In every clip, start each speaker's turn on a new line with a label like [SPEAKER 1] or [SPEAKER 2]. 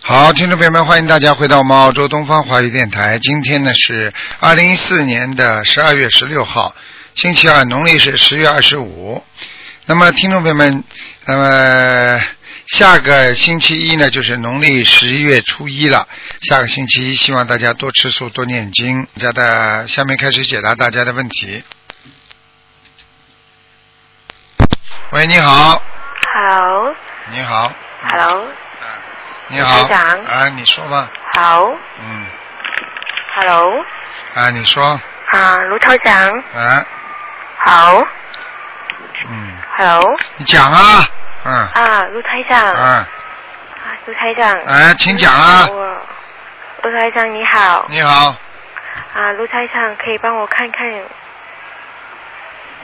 [SPEAKER 1] 好，听众朋友们，欢迎大家回到我们澳洲东方华语电台。今天呢是二零一四年的十二月十六号，星期二，农历是十月二十五。那么，听众朋友们，那么下个星期一呢，就是农历十一月初一了。下个星期一，希望大家多吃素，多念经。大家的下面开始解答大家的问题。喂，你好，嗯
[SPEAKER 2] Hello，Hello，
[SPEAKER 1] 你好，你
[SPEAKER 2] 台
[SPEAKER 1] 好，
[SPEAKER 2] 长
[SPEAKER 1] 啊，你说吧，
[SPEAKER 2] 好
[SPEAKER 1] 嗯，
[SPEAKER 2] ，Hello，
[SPEAKER 1] 啊，你说，
[SPEAKER 2] 啊，卢台长，
[SPEAKER 1] 啊，
[SPEAKER 2] 好
[SPEAKER 1] 嗯，
[SPEAKER 2] ，Hello，
[SPEAKER 1] 你讲啊，嗯，
[SPEAKER 2] 啊，卢台长，啊，
[SPEAKER 1] 啊，
[SPEAKER 2] 卢台长，
[SPEAKER 1] 哎，请讲啊，
[SPEAKER 2] 我，卢台长你好，
[SPEAKER 1] 你好，
[SPEAKER 2] 啊，卢台长可以帮我看看，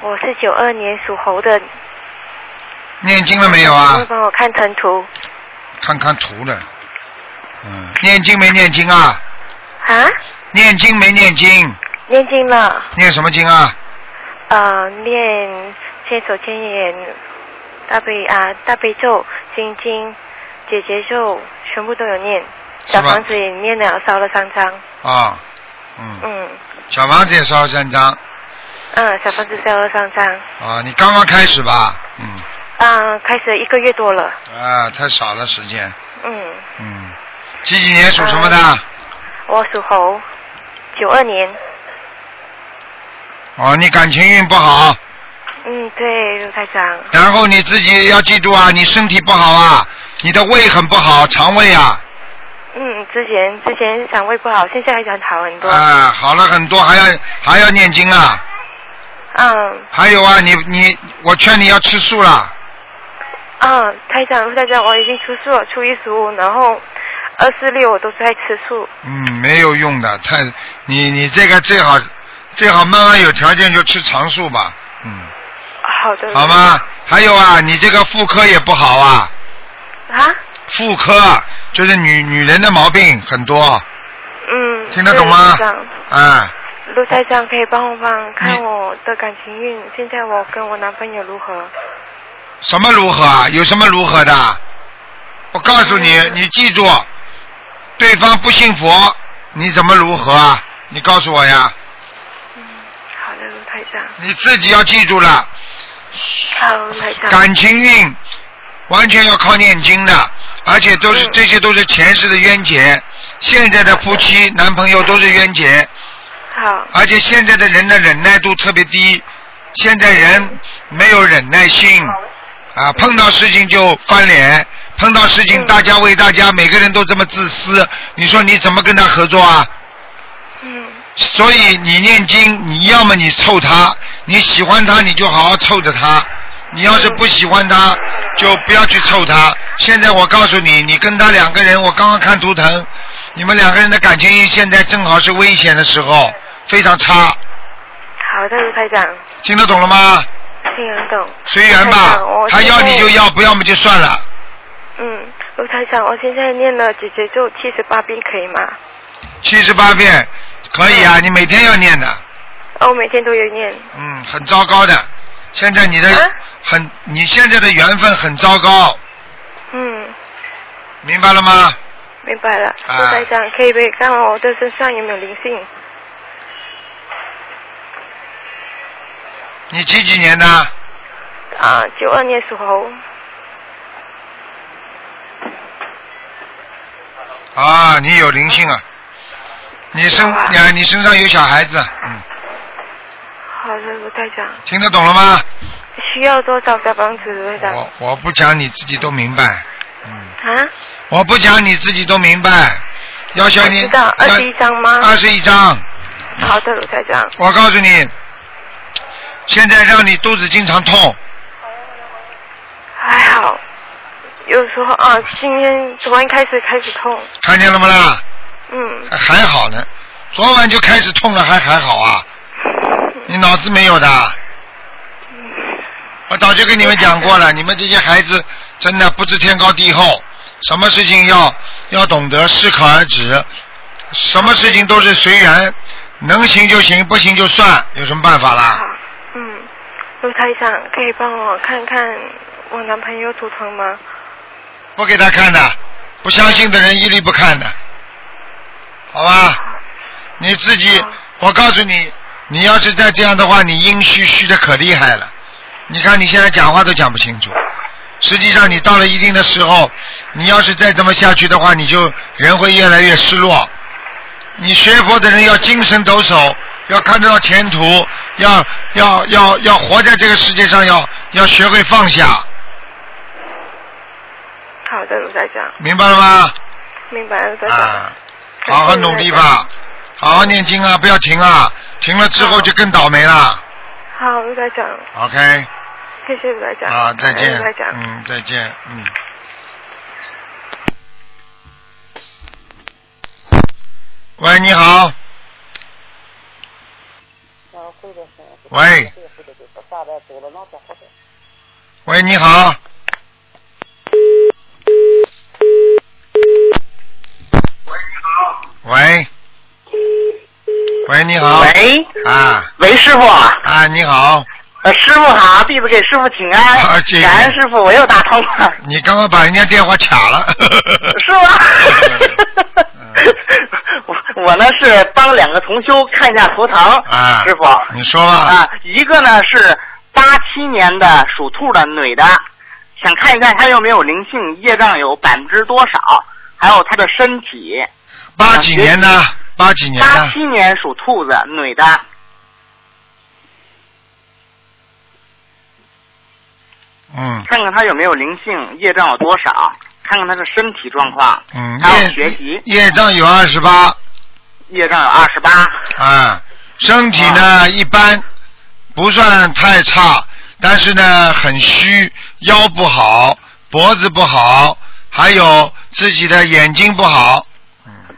[SPEAKER 2] 我是九二年属猴的，
[SPEAKER 1] 念经了没有啊
[SPEAKER 2] 可以？帮我看成图
[SPEAKER 1] 看看图了，嗯，念经没念经啊？
[SPEAKER 2] 啊？
[SPEAKER 1] 念经没念经？
[SPEAKER 2] 念经了，
[SPEAKER 1] 念什么经啊？
[SPEAKER 2] 呃，念千手千眼大悲啊大悲咒心经解结咒全部都有念，
[SPEAKER 1] 是
[SPEAKER 2] 小
[SPEAKER 1] 吧
[SPEAKER 2] 房子也念了烧了三张，
[SPEAKER 1] 啊，嗯，
[SPEAKER 2] 嗯
[SPEAKER 1] 小房子也烧了三张
[SPEAKER 2] 嗯，小房子烧了三张，
[SPEAKER 1] 啊，你刚刚开始吧？嗯，
[SPEAKER 2] 啊，开始一个月多了，
[SPEAKER 1] 啊，太少了时间，
[SPEAKER 2] 嗯，
[SPEAKER 1] 嗯，几几年属什么的？
[SPEAKER 2] 我属猴，九二年，
[SPEAKER 1] 哦，你感情运不好，
[SPEAKER 2] 嗯，对，刘台长，
[SPEAKER 1] 然后你自己要记住啊，你身体不好啊，你的胃很不好，肠胃啊，
[SPEAKER 2] 嗯，之前之前肠胃不好，现在还想好很多，
[SPEAKER 1] 啊，好了很多，还要还要念经啊，
[SPEAKER 2] 嗯
[SPEAKER 1] 还有啊，你你，我劝你要吃素啦，
[SPEAKER 2] 嗯，台长卢台长，我已经吃素了，初一十五，然后二四六我都是在吃素，
[SPEAKER 1] 嗯，没有用的，太你你这个最好最好慢慢有条件就吃长素吧，嗯，
[SPEAKER 2] 好的，
[SPEAKER 1] 好吗？还有啊，你这个妇科也不好啊，
[SPEAKER 2] 啊，
[SPEAKER 1] 妇科啊就是女女人的毛病很多，
[SPEAKER 2] 嗯，
[SPEAKER 1] 听得懂吗
[SPEAKER 2] 对卢台长
[SPEAKER 1] 啊，
[SPEAKER 2] 卢台长可以帮我帮
[SPEAKER 1] 你
[SPEAKER 2] 看我的感情运，现在我跟我男朋友如何？
[SPEAKER 1] 什么如何啊？有什么如何的？我告诉你，你记住，对方不信佛，你怎么如何啊？你告诉我呀，嗯
[SPEAKER 2] 好的，卢台长，
[SPEAKER 1] 你自己要记住了。
[SPEAKER 2] 好，卢台长，
[SPEAKER 1] 感情运完全要靠念经的，而且都是
[SPEAKER 2] 嗯
[SPEAKER 1] 这些都是前世的冤结，现在的夫妻男朋友都是冤结，
[SPEAKER 2] 好，
[SPEAKER 1] 而且现在的人的忍耐度特别低，现在人没有忍耐性
[SPEAKER 2] 嗯
[SPEAKER 1] 啊，碰到事情就翻脸，碰到事情
[SPEAKER 2] 嗯
[SPEAKER 1] 大家为大家每个人都这么自私，你说你怎么跟他合作啊？
[SPEAKER 2] 嗯，
[SPEAKER 1] 所以你念经，你要么你凑他，你喜欢他你就好好凑着他，你要是不喜欢他，就不要去凑他。现在我告诉你，你跟他两个人，我刚刚看图腾，你们两个人的感情现在正好是危险的时候，非常差，
[SPEAKER 2] 好的，卢台长，
[SPEAKER 1] 听得懂了吗？
[SPEAKER 2] 听得懂。
[SPEAKER 1] 随缘吧
[SPEAKER 2] 台长我，
[SPEAKER 1] 他要你就
[SPEAKER 2] 现在
[SPEAKER 1] 要，不要么就算了。
[SPEAKER 2] 嗯，卢台长，我现在念了姐姐咒七十八遍，可以吗？
[SPEAKER 1] 七十八遍，可以
[SPEAKER 2] 嗯
[SPEAKER 1] 啊，你每天要念的，
[SPEAKER 2] 哦，我每天都有念。
[SPEAKER 1] 嗯，很糟糕的。现在你的、
[SPEAKER 2] 啊
[SPEAKER 1] 很，你现在的缘分很糟糕，
[SPEAKER 2] 嗯，
[SPEAKER 1] 明白了吗？
[SPEAKER 2] 明白了。
[SPEAKER 1] 啊
[SPEAKER 2] 卢台长，可以不可以看我的身上有没有灵性？
[SPEAKER 1] 你几几年的？
[SPEAKER 2] 啊，九二年属猴。
[SPEAKER 1] 啊，你有灵性啊！你身
[SPEAKER 2] 有啊
[SPEAKER 1] 啊，你身上有小孩子，嗯，
[SPEAKER 2] 好的，卢台长，
[SPEAKER 1] 听得懂了吗？
[SPEAKER 2] 需要多少小房子，卢台长？
[SPEAKER 1] 我我不讲你自己都明白，
[SPEAKER 2] 啊？
[SPEAKER 1] 我不讲你自己都明白。要小你
[SPEAKER 2] 我知道二十一张吗？
[SPEAKER 1] 二十一张，
[SPEAKER 2] 好的，卢台长。
[SPEAKER 1] 我告诉你，现在让你肚子经常痛，
[SPEAKER 2] 还哎好，有时候啊，今天昨晚开始开始痛，
[SPEAKER 1] 看见了不啦？
[SPEAKER 2] 嗯，
[SPEAKER 1] 还好呢，昨晚就开始痛了，还还好啊？你脑子没有的？我早就跟你们讲过了，你们这些孩子真的不知天高地厚，什么事情要要懂得适可而止，什么事情都是随缘，能行就行，不行就算，有什么办法啦
[SPEAKER 2] 好？，嗯，卢台长可以帮我看看我男朋友图腾吗？
[SPEAKER 1] 不给他看的，不相信的人一律不看的，好吧？你自己，我告诉你，你要是再这样的话，你阴虚虚的可厉害了。你看你现在讲话都讲不清楚，实际上你到了一定的时候，你要是再这么下去的话，你就人会越来越失落。你学佛的人要精神抖擞，要看得到前途，要要要要活在这个世界上，要要学会放下，
[SPEAKER 2] 好的，卢台长，
[SPEAKER 1] 明白了吗？
[SPEAKER 2] 明白了，卢台长。
[SPEAKER 1] 啊，好好努力吧，好好念经啊，不要停啊，停了之后就更倒霉了。
[SPEAKER 2] 好，卢台长，
[SPEAKER 1] OK，
[SPEAKER 2] 谢谢卢台长。
[SPEAKER 1] 啊，再
[SPEAKER 2] 感
[SPEAKER 1] 见
[SPEAKER 2] 恩卢台，长。
[SPEAKER 1] 嗯，再见，嗯。喂，你好，喂，喂，你好。喂，喂，你好。
[SPEAKER 3] 喂
[SPEAKER 1] 啊
[SPEAKER 3] 喂，师傅，
[SPEAKER 1] 啊，你好，
[SPEAKER 3] 呃，师傅好，弟子给师傅请安，
[SPEAKER 1] 啊谢谢
[SPEAKER 3] 感恩师傅，我又打通了，
[SPEAKER 1] 你刚刚把人家电话卡了。
[SPEAKER 3] 是吗
[SPEAKER 1] 嗯嗯？
[SPEAKER 3] 我 我呢是帮两个同修看一下图腾，
[SPEAKER 1] 啊，
[SPEAKER 3] 师傅
[SPEAKER 1] 你说吧。
[SPEAKER 3] 啊，一个呢是八七年的属兔的女的，想看一看她有没有灵性，业障有百分之多少，还有她的身体。
[SPEAKER 1] 八几年的？八几年
[SPEAKER 3] 八
[SPEAKER 1] 的？
[SPEAKER 3] 七年属兔子女的，
[SPEAKER 1] 嗯
[SPEAKER 3] 看看她有没有灵性，业障有多少，看看她的身体状况。
[SPEAKER 1] 嗯，
[SPEAKER 3] 还有
[SPEAKER 1] 业
[SPEAKER 3] 学习
[SPEAKER 1] 业障有二十八
[SPEAKER 3] 业障有
[SPEAKER 1] 嗯
[SPEAKER 3] 二十八，
[SPEAKER 1] 啊，身体呢一般，不算太差，但是呢很虚，腰不好，脖子不好，还有自己的眼睛不好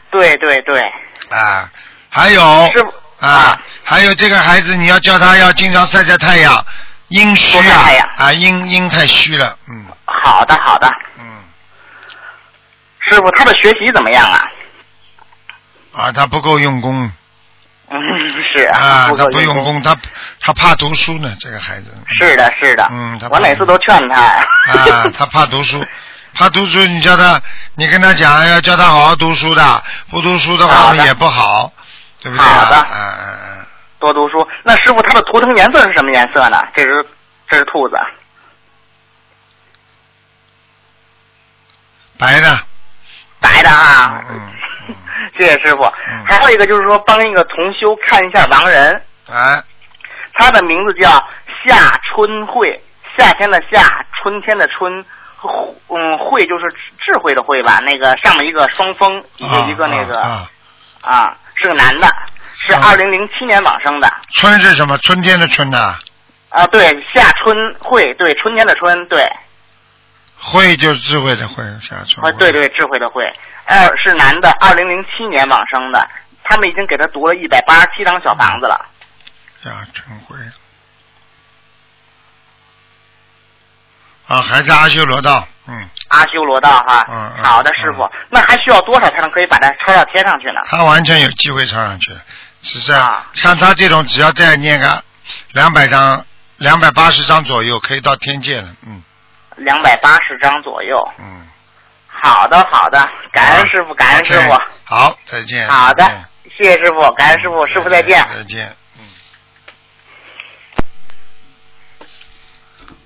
[SPEAKER 3] 对对对，
[SPEAKER 1] 啊，还有
[SPEAKER 3] 师傅
[SPEAKER 1] 啊，还有这个孩子，你要叫他要经常晒晒太阳，阴虚
[SPEAKER 3] 多晒
[SPEAKER 1] 啊
[SPEAKER 3] 太阳，
[SPEAKER 1] 啊阴阴太虚了，嗯
[SPEAKER 3] 好的好的，
[SPEAKER 1] 嗯，
[SPEAKER 3] 师傅他的学习怎么样啊？
[SPEAKER 1] 啊他不够用功
[SPEAKER 3] 嗯， 是
[SPEAKER 1] 啊，他
[SPEAKER 3] 够
[SPEAKER 1] 不用
[SPEAKER 3] 功，
[SPEAKER 1] 功，他他怕读书呢，这个孩子。
[SPEAKER 3] 是的是的，
[SPEAKER 1] 嗯他不
[SPEAKER 3] 我每次都劝他，
[SPEAKER 1] 啊，他怕读书，怕读书，你叫他，你跟他讲要叫他好好读书的，不读书的话
[SPEAKER 3] 好的
[SPEAKER 1] 也不好，对不对啊？
[SPEAKER 3] 好的
[SPEAKER 1] 嗯嗯嗯，
[SPEAKER 3] 多读书。那师傅他的图腾颜色是什么颜色呢？这是这是兔子，
[SPEAKER 1] 白的，
[SPEAKER 3] 白的啊
[SPEAKER 1] 嗯。嗯嗯，
[SPEAKER 3] 谢谢师傅
[SPEAKER 1] 嗯。
[SPEAKER 3] 还有一个就是说，帮一个同修看一下盲人，啊
[SPEAKER 1] 哎，
[SPEAKER 3] 他的名字叫夏春慧，夏天的夏，春天的春，慧嗯，慧就是智智慧的慧吧？那个上面一个双峰，底下
[SPEAKER 1] 啊
[SPEAKER 3] 一个那个
[SPEAKER 1] 啊啊，
[SPEAKER 3] 啊是个男的，是
[SPEAKER 1] 啊
[SPEAKER 3] 二零零七年往生的
[SPEAKER 1] 春是什么？春天的春呐、
[SPEAKER 3] 啊，对，夏春慧，对，春天的春，对，
[SPEAKER 1] 慧就是智慧的慧，下春
[SPEAKER 3] 啊
[SPEAKER 1] 慧。，
[SPEAKER 3] 对对，智慧的慧，二是男的，二零零七年往生的，他们已经给他读了一百八十七张小房子了。
[SPEAKER 1] 下春慧。啊，还在阿修罗道，嗯，
[SPEAKER 3] 阿修罗道哈，
[SPEAKER 1] 嗯嗯
[SPEAKER 3] 好的，师傅，那还需要多少才能可以把它抄到贴上去呢？
[SPEAKER 1] 他完全有机会抄上去，只是
[SPEAKER 3] 啊
[SPEAKER 1] 像他这种，只要再念个两百张、两百八十张左右，可以到天界了。嗯
[SPEAKER 3] 两百八十张左右。
[SPEAKER 1] 嗯，
[SPEAKER 3] 好的，好的，感
[SPEAKER 1] 好
[SPEAKER 3] 恩师傅，感恩师
[SPEAKER 1] OK，
[SPEAKER 3] 傅，
[SPEAKER 1] 好，再见。
[SPEAKER 3] 好的
[SPEAKER 1] 再见，
[SPEAKER 3] 谢谢师傅，感恩师傅，师傅再见。
[SPEAKER 1] 再见。嗯。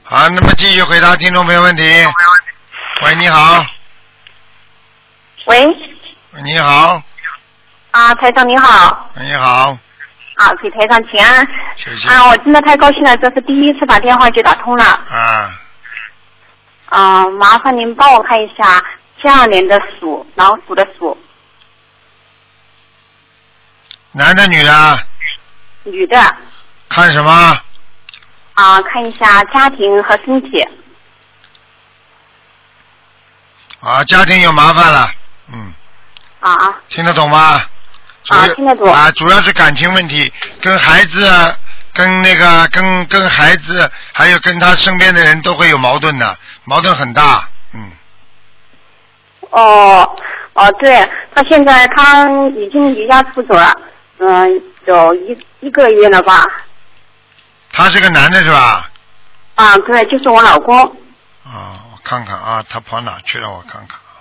[SPEAKER 1] 好，那么继续回答听众朋友问题。喂，你好，
[SPEAKER 4] 喂，
[SPEAKER 1] 你好，
[SPEAKER 4] 啊，台长你好，
[SPEAKER 1] 你好，
[SPEAKER 4] 啊，给台长请安。
[SPEAKER 1] 谢谢
[SPEAKER 4] 啊，我真的太高兴了，这是第一次把电话就打通了。
[SPEAKER 1] 啊，
[SPEAKER 4] 嗯、麻烦您帮我看一下七二年的鼠，老鼠的鼠，
[SPEAKER 1] 男的女的，
[SPEAKER 4] 女的，
[SPEAKER 1] 看什么？
[SPEAKER 4] 啊，看一下家庭和身体。
[SPEAKER 1] 啊，家庭有麻烦了。嗯。
[SPEAKER 4] 啊啊，
[SPEAKER 1] 听得懂吗？主要
[SPEAKER 4] 啊听得懂
[SPEAKER 1] 啊，主要是感情问题，跟孩子、啊跟那个、跟跟孩子，还有跟他身边的人都会有矛盾的，矛盾很大。嗯，
[SPEAKER 4] 哦哦，对，他现在他已经离家出走了，嗯，有一一个月了吧？
[SPEAKER 1] 他是个男的是吧？
[SPEAKER 4] 啊，对，就是我老公。
[SPEAKER 1] 啊，我看看啊，他跑哪去了？我看看啊。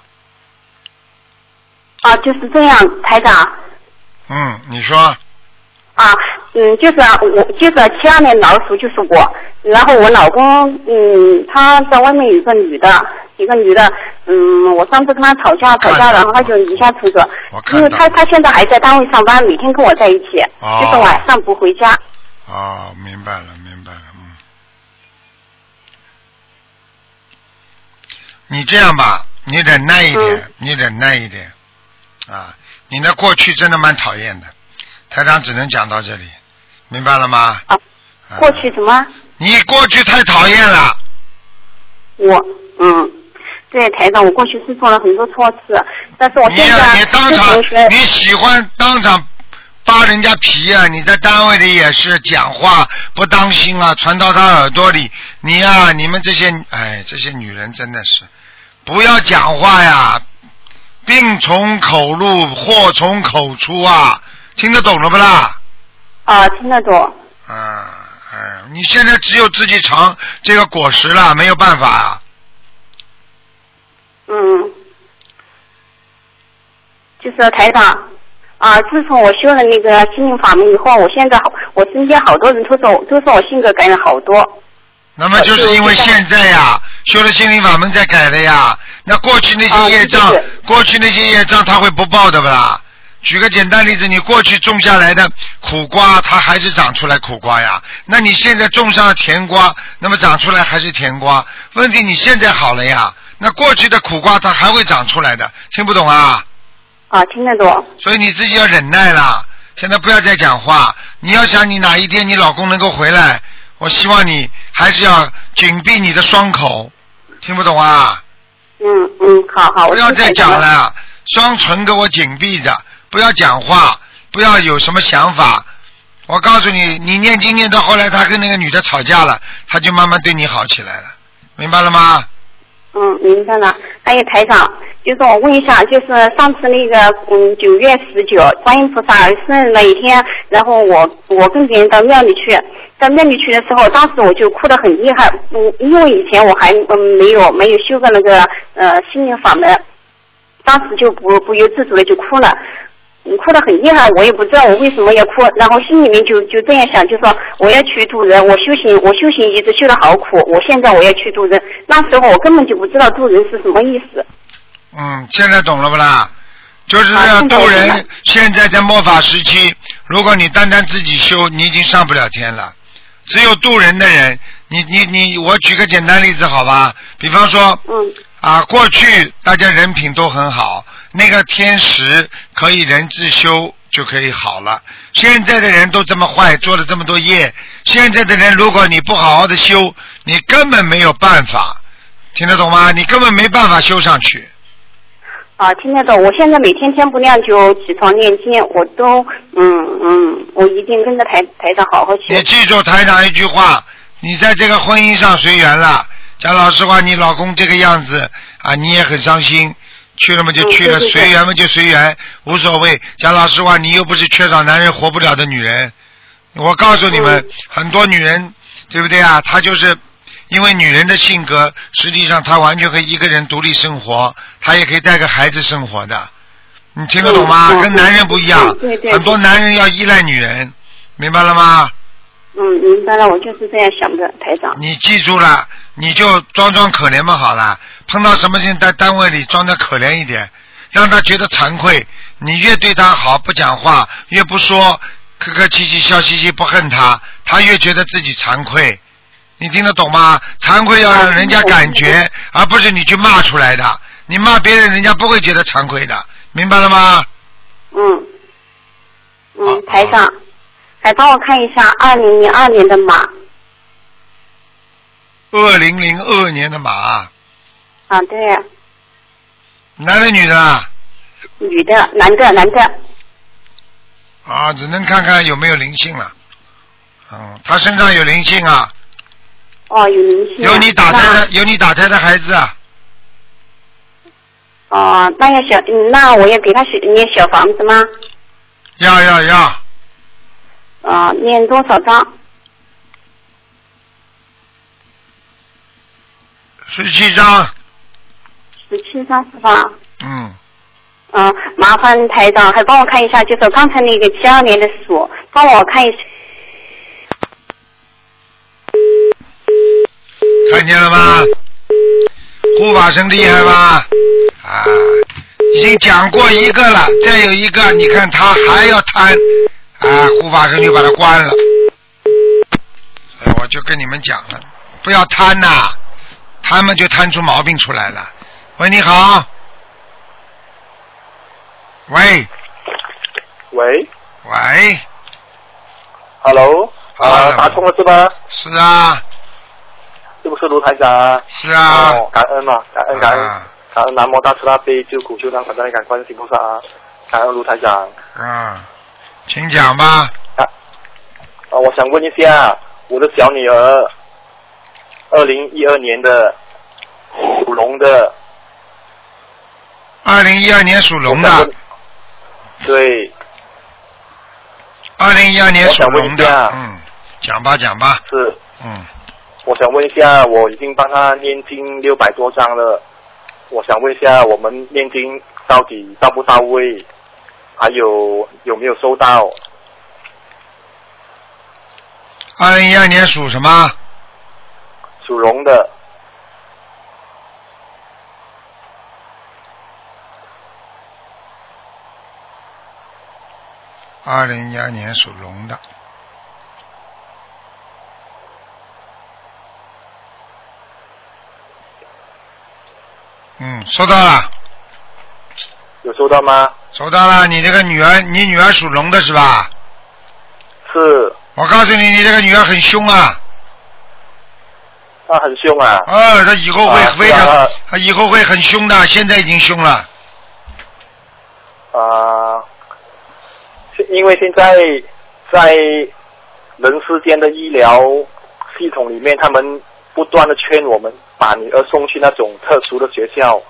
[SPEAKER 5] 啊，就是这样，台长。
[SPEAKER 1] 嗯，你说，
[SPEAKER 5] 啊，嗯，就是啊我，就是七二年老鼠就是我，然后我老公，嗯，他在外面有个女的，有个女的，嗯，我上次跟他吵架，吵
[SPEAKER 1] 看到
[SPEAKER 5] 架，然后他就离家出走，
[SPEAKER 1] 我
[SPEAKER 5] 因
[SPEAKER 1] 看
[SPEAKER 5] 为
[SPEAKER 1] 到
[SPEAKER 5] 他他现在还在单位上班，每天跟我在一起，
[SPEAKER 1] 哦
[SPEAKER 5] 就是晚上不回家，
[SPEAKER 1] 哦，明白了，明白了，嗯。你这样吧，你忍耐一点，
[SPEAKER 5] 嗯
[SPEAKER 1] 你忍耐一点，啊，你的过去真的蛮讨厌的，台长只能讲到这里，明白了吗？
[SPEAKER 5] 啊
[SPEAKER 1] 啊
[SPEAKER 5] 过去什么？
[SPEAKER 1] 你过去太讨厌了，
[SPEAKER 5] 我，嗯。对，台长，我过去是做了很多错事，但是我
[SPEAKER 1] 你
[SPEAKER 5] 现
[SPEAKER 1] 呀
[SPEAKER 5] 在
[SPEAKER 1] 你当
[SPEAKER 5] 自
[SPEAKER 1] 场
[SPEAKER 5] 从学
[SPEAKER 1] 你喜欢当场扒人家皮啊！你在单位里也是讲话不当心啊，传到他耳朵里。你呀、你们这些哎，这些女人真的是不要讲话呀，病从口入，祸从口出啊！听得懂了不啦？
[SPEAKER 5] 啊，听得懂。
[SPEAKER 1] 嗯嗯，你现在只有自己尝这个果实了，没有办法啊。
[SPEAKER 5] 嗯，就是台长啊，自从我修了那个心灵法门以后，我现在好，我身边好多人都说我都说我性格改了好多。
[SPEAKER 1] 那么就是因为现在呀，修了心灵法门在改的呀。那过去那些业障，
[SPEAKER 5] 啊对对
[SPEAKER 1] 过去那些业障他会不报的不啦？举个简单例子，你过去种下来的苦瓜，它还是长出来苦瓜呀。那你现在种上了甜瓜，那么长出来还是甜瓜。问题你现在好了呀，那过去的苦瓜它还会长出来的，听不懂啊？
[SPEAKER 5] 啊，听得懂
[SPEAKER 1] 所以你自己要忍耐啦。现在不要再讲话，你要想你哪一天你老公能够回来，我希望你还是要紧闭你的双口，听不懂啊？
[SPEAKER 5] 嗯嗯，好好，我
[SPEAKER 1] 不要
[SPEAKER 5] 听
[SPEAKER 1] 再
[SPEAKER 5] 台
[SPEAKER 1] 讲
[SPEAKER 5] 长的。
[SPEAKER 1] 了，双唇给我紧闭着，不要讲话，不要有什么想法。我告诉你，你念经念到后来，他跟那个女的吵架了，他就慢慢对你好起来了，明白了吗？
[SPEAKER 5] 嗯，明白了。还有台长，就是我问一下，就是上次那个嗯九月十九观音菩萨生日那一天，然后我我跟别人到庙里去，到庙里去的时候，当时我就哭得很厉害，嗯，因为以前我还嗯没有没有修过那个呃心灵法门，当时就不不由自主的就哭了。嗯哭得很厉害，我也不知道我为什么要哭，然后心里面就就这样想，就说我要去渡人，我修行，我修行一直修得好苦，我现在我要去渡人。那时候我根本就不知道渡人是什么意思。
[SPEAKER 1] 嗯，现在懂了不啦？就是
[SPEAKER 5] 啊
[SPEAKER 1] 要
[SPEAKER 5] 现在
[SPEAKER 1] 渡
[SPEAKER 5] 我明
[SPEAKER 1] 人
[SPEAKER 5] 白。
[SPEAKER 1] 现在在末法时期，如果你单单自己修，你已经上不了天了。只有渡人的人，你你你，我举个简单例子好吧？比方说，
[SPEAKER 5] 嗯
[SPEAKER 1] 啊，过去大家人品都很好，那个天时可以人自修就可以好了。现在的人都这么坏，做了这么多业，现在的人如果你不好好的修，你根本没有办法，听得懂吗？你根本没办法修上去。
[SPEAKER 5] 啊，听得懂。我现在每天天不亮就起床念经，我都嗯嗯，我一定跟着台台长好好
[SPEAKER 1] 你
[SPEAKER 5] 学。
[SPEAKER 1] 记住台长一句话，你在这个婚姻上随缘了。讲老实话，你老公这个样子啊，你也很伤心。去了嘛就
[SPEAKER 5] 嗯
[SPEAKER 1] 去了，
[SPEAKER 5] 对对对
[SPEAKER 1] 随缘嘛就随缘，无所谓。讲老实话，你又不是缺少男人活不了的女人。我告诉你们，
[SPEAKER 5] 嗯
[SPEAKER 1] 很多女人，对不对啊？她就是因为女人的性格，实际上她完全可以一个人独立生活，她也可以带个孩子生活的。你听得懂吗？
[SPEAKER 5] 嗯嗯
[SPEAKER 1] 跟男人不一样，
[SPEAKER 5] 嗯对对
[SPEAKER 1] 很多男人要依赖女人，明白了吗？
[SPEAKER 5] 嗯，明白了，我就是这样想的，台长。
[SPEAKER 1] 你记住了，你就装装可怜嘛好了。碰到什么事情在单位里装的可怜一点，让他觉得惭愧。你越对他好，不讲话，越不说，客客气气、笑嘻嘻，不恨他，他越觉得自己惭愧。你听得懂吗？惭愧要让人家感觉，而不是你去骂出来的。你骂别人，人家不会觉得惭愧的，明白了吗？
[SPEAKER 5] 嗯，
[SPEAKER 1] 好
[SPEAKER 5] 嗯，台长，来帮我看一下二零零二年的马
[SPEAKER 1] 二零零二年的马，
[SPEAKER 5] 啊，对，
[SPEAKER 1] 男的女的啊？
[SPEAKER 5] 女的，男的，男的，
[SPEAKER 1] 啊，只能看看有没有灵性了。嗯，他身上有灵性啊，
[SPEAKER 5] 哦，有灵性啊。
[SPEAKER 1] 有你打胎
[SPEAKER 5] 那
[SPEAKER 1] 的，有你打胎的孩子啊。
[SPEAKER 5] 哦，那要小，嗯那我要给他写念小房子吗？
[SPEAKER 1] 要要要，
[SPEAKER 5] 啊，念多少张？
[SPEAKER 1] 十七张。
[SPEAKER 5] 十七张是吧？哦
[SPEAKER 1] 嗯，
[SPEAKER 4] 嗯，麻烦台长还帮我看一下，就是刚才那个七二年的鼠，帮我看一下。
[SPEAKER 1] 看见了吗？护法神厉害吧？啊，已经讲过一个了，再有一个，你看他还要贪，啊，护法神就把他关了。哎我就跟你们讲了，不要贪呐、他们就贪出毛病出来了。喂，你好。喂
[SPEAKER 6] 喂
[SPEAKER 1] 喂，
[SPEAKER 6] ，Hello，
[SPEAKER 1] Hello
[SPEAKER 6] 啊，打通了是吗？
[SPEAKER 1] 是啊
[SPEAKER 6] 是不是卢台长啊？
[SPEAKER 1] 是啊，
[SPEAKER 6] 哦，感恩嘛，感恩感恩，
[SPEAKER 1] 啊
[SPEAKER 6] 感恩南无大慈大悲救苦救难广大灵感观世音菩萨啊，感恩卢台长
[SPEAKER 1] 啊，请讲吧。
[SPEAKER 6] 啊，我想问一下，我的小女儿，二零一二年的属龙的，
[SPEAKER 1] 二零一二年属龙
[SPEAKER 6] 我
[SPEAKER 1] 的
[SPEAKER 6] 想问，对，
[SPEAKER 1] 二零一二年属龙
[SPEAKER 6] 我想
[SPEAKER 1] 的
[SPEAKER 6] 问一下，
[SPEAKER 1] 嗯，讲吧讲吧，
[SPEAKER 6] 是，
[SPEAKER 1] 嗯，
[SPEAKER 6] 我想问一下，我已经帮她念经六百多章了，我想问一下，我们念经到底到不到位？还有有没有收到？
[SPEAKER 1] 二零一二年属什么？
[SPEAKER 6] 属龙的，
[SPEAKER 1] 二零一二年属龙的。嗯，收到了，
[SPEAKER 6] 有收到吗？
[SPEAKER 1] 收到了。你这个女儿，你女儿属龙的是吧？
[SPEAKER 6] 是，
[SPEAKER 1] 我告诉你，你这个女儿很凶啊！
[SPEAKER 6] 她很凶啊。
[SPEAKER 1] 啊，她以后会
[SPEAKER 6] 啊
[SPEAKER 1] 非
[SPEAKER 6] 是
[SPEAKER 1] 常，
[SPEAKER 6] 啊
[SPEAKER 1] 她以后会很凶的，现在已经凶了。
[SPEAKER 6] 啊、是因为现在在人世间的医疗系统里面，他们不断的劝我们把女儿送去那种特殊的学校。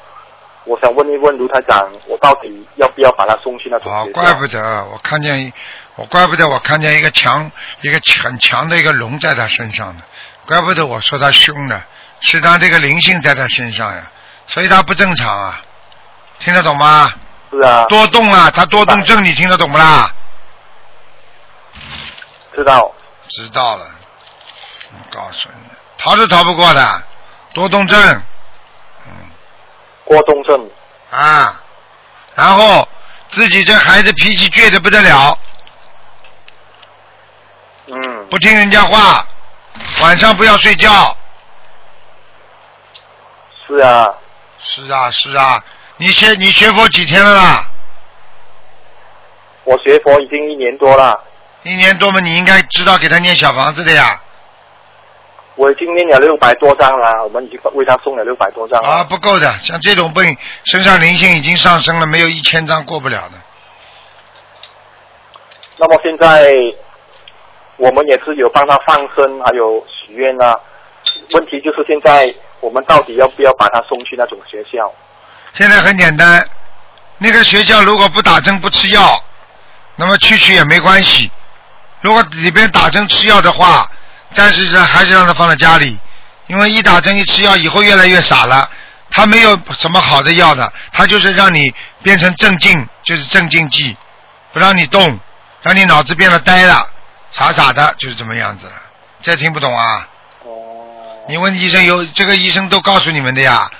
[SPEAKER 6] 我想问一问卢台长，我到底要不要把她送去那种
[SPEAKER 1] 哦
[SPEAKER 6] 学，校？
[SPEAKER 1] 怪不得我看见一，我怪不得我看见一个强，一个很强的一个龙在他身上呢，怪不得我说他凶呢，是他这个灵性在他身上呀，所以他不正常啊，听得懂吗？
[SPEAKER 6] 是啊，
[SPEAKER 1] 多动啊，他多动症，你听得懂不啦？
[SPEAKER 6] 知道。
[SPEAKER 1] 知道了，我告诉你，逃都逃不过的，多动症嗯
[SPEAKER 6] 郭东胜
[SPEAKER 1] 啊，然后自己这孩子脾气倔得不得了，
[SPEAKER 6] 嗯，
[SPEAKER 1] 不听人家话，晚上不要睡觉。
[SPEAKER 6] 是啊，
[SPEAKER 1] 是啊，是啊，你学你学佛几天了啦？
[SPEAKER 6] 我学佛已经一年多了，
[SPEAKER 1] 一年多嘛，你应该知道给他念小房子的呀。
[SPEAKER 6] 我已经念了六百多张了，我们已经为他送了六百多张了。
[SPEAKER 1] 啊，不够的，像这种病，身上灵性已经上升了，没有一千张过不了的。
[SPEAKER 6] 那么现在我们也是有帮他放生，还有许愿啊。问题就是现在我们到底要不要把他送去那种学校？
[SPEAKER 1] 现在很简单，那个学校如果不打针不吃药，那么去去也没关系。如果里边打针吃药的话，暂时上还是让他放在家里，因为一打针一吃药以后越来越傻了。他没有什么好的药的，他就是让你变成镇静，就是镇静剂，不让你动，让你脑子变得呆了，傻傻的，就是这么样子了。这听不懂啊？
[SPEAKER 6] 哦
[SPEAKER 1] 你问医生有这个医生都告诉你们的呀，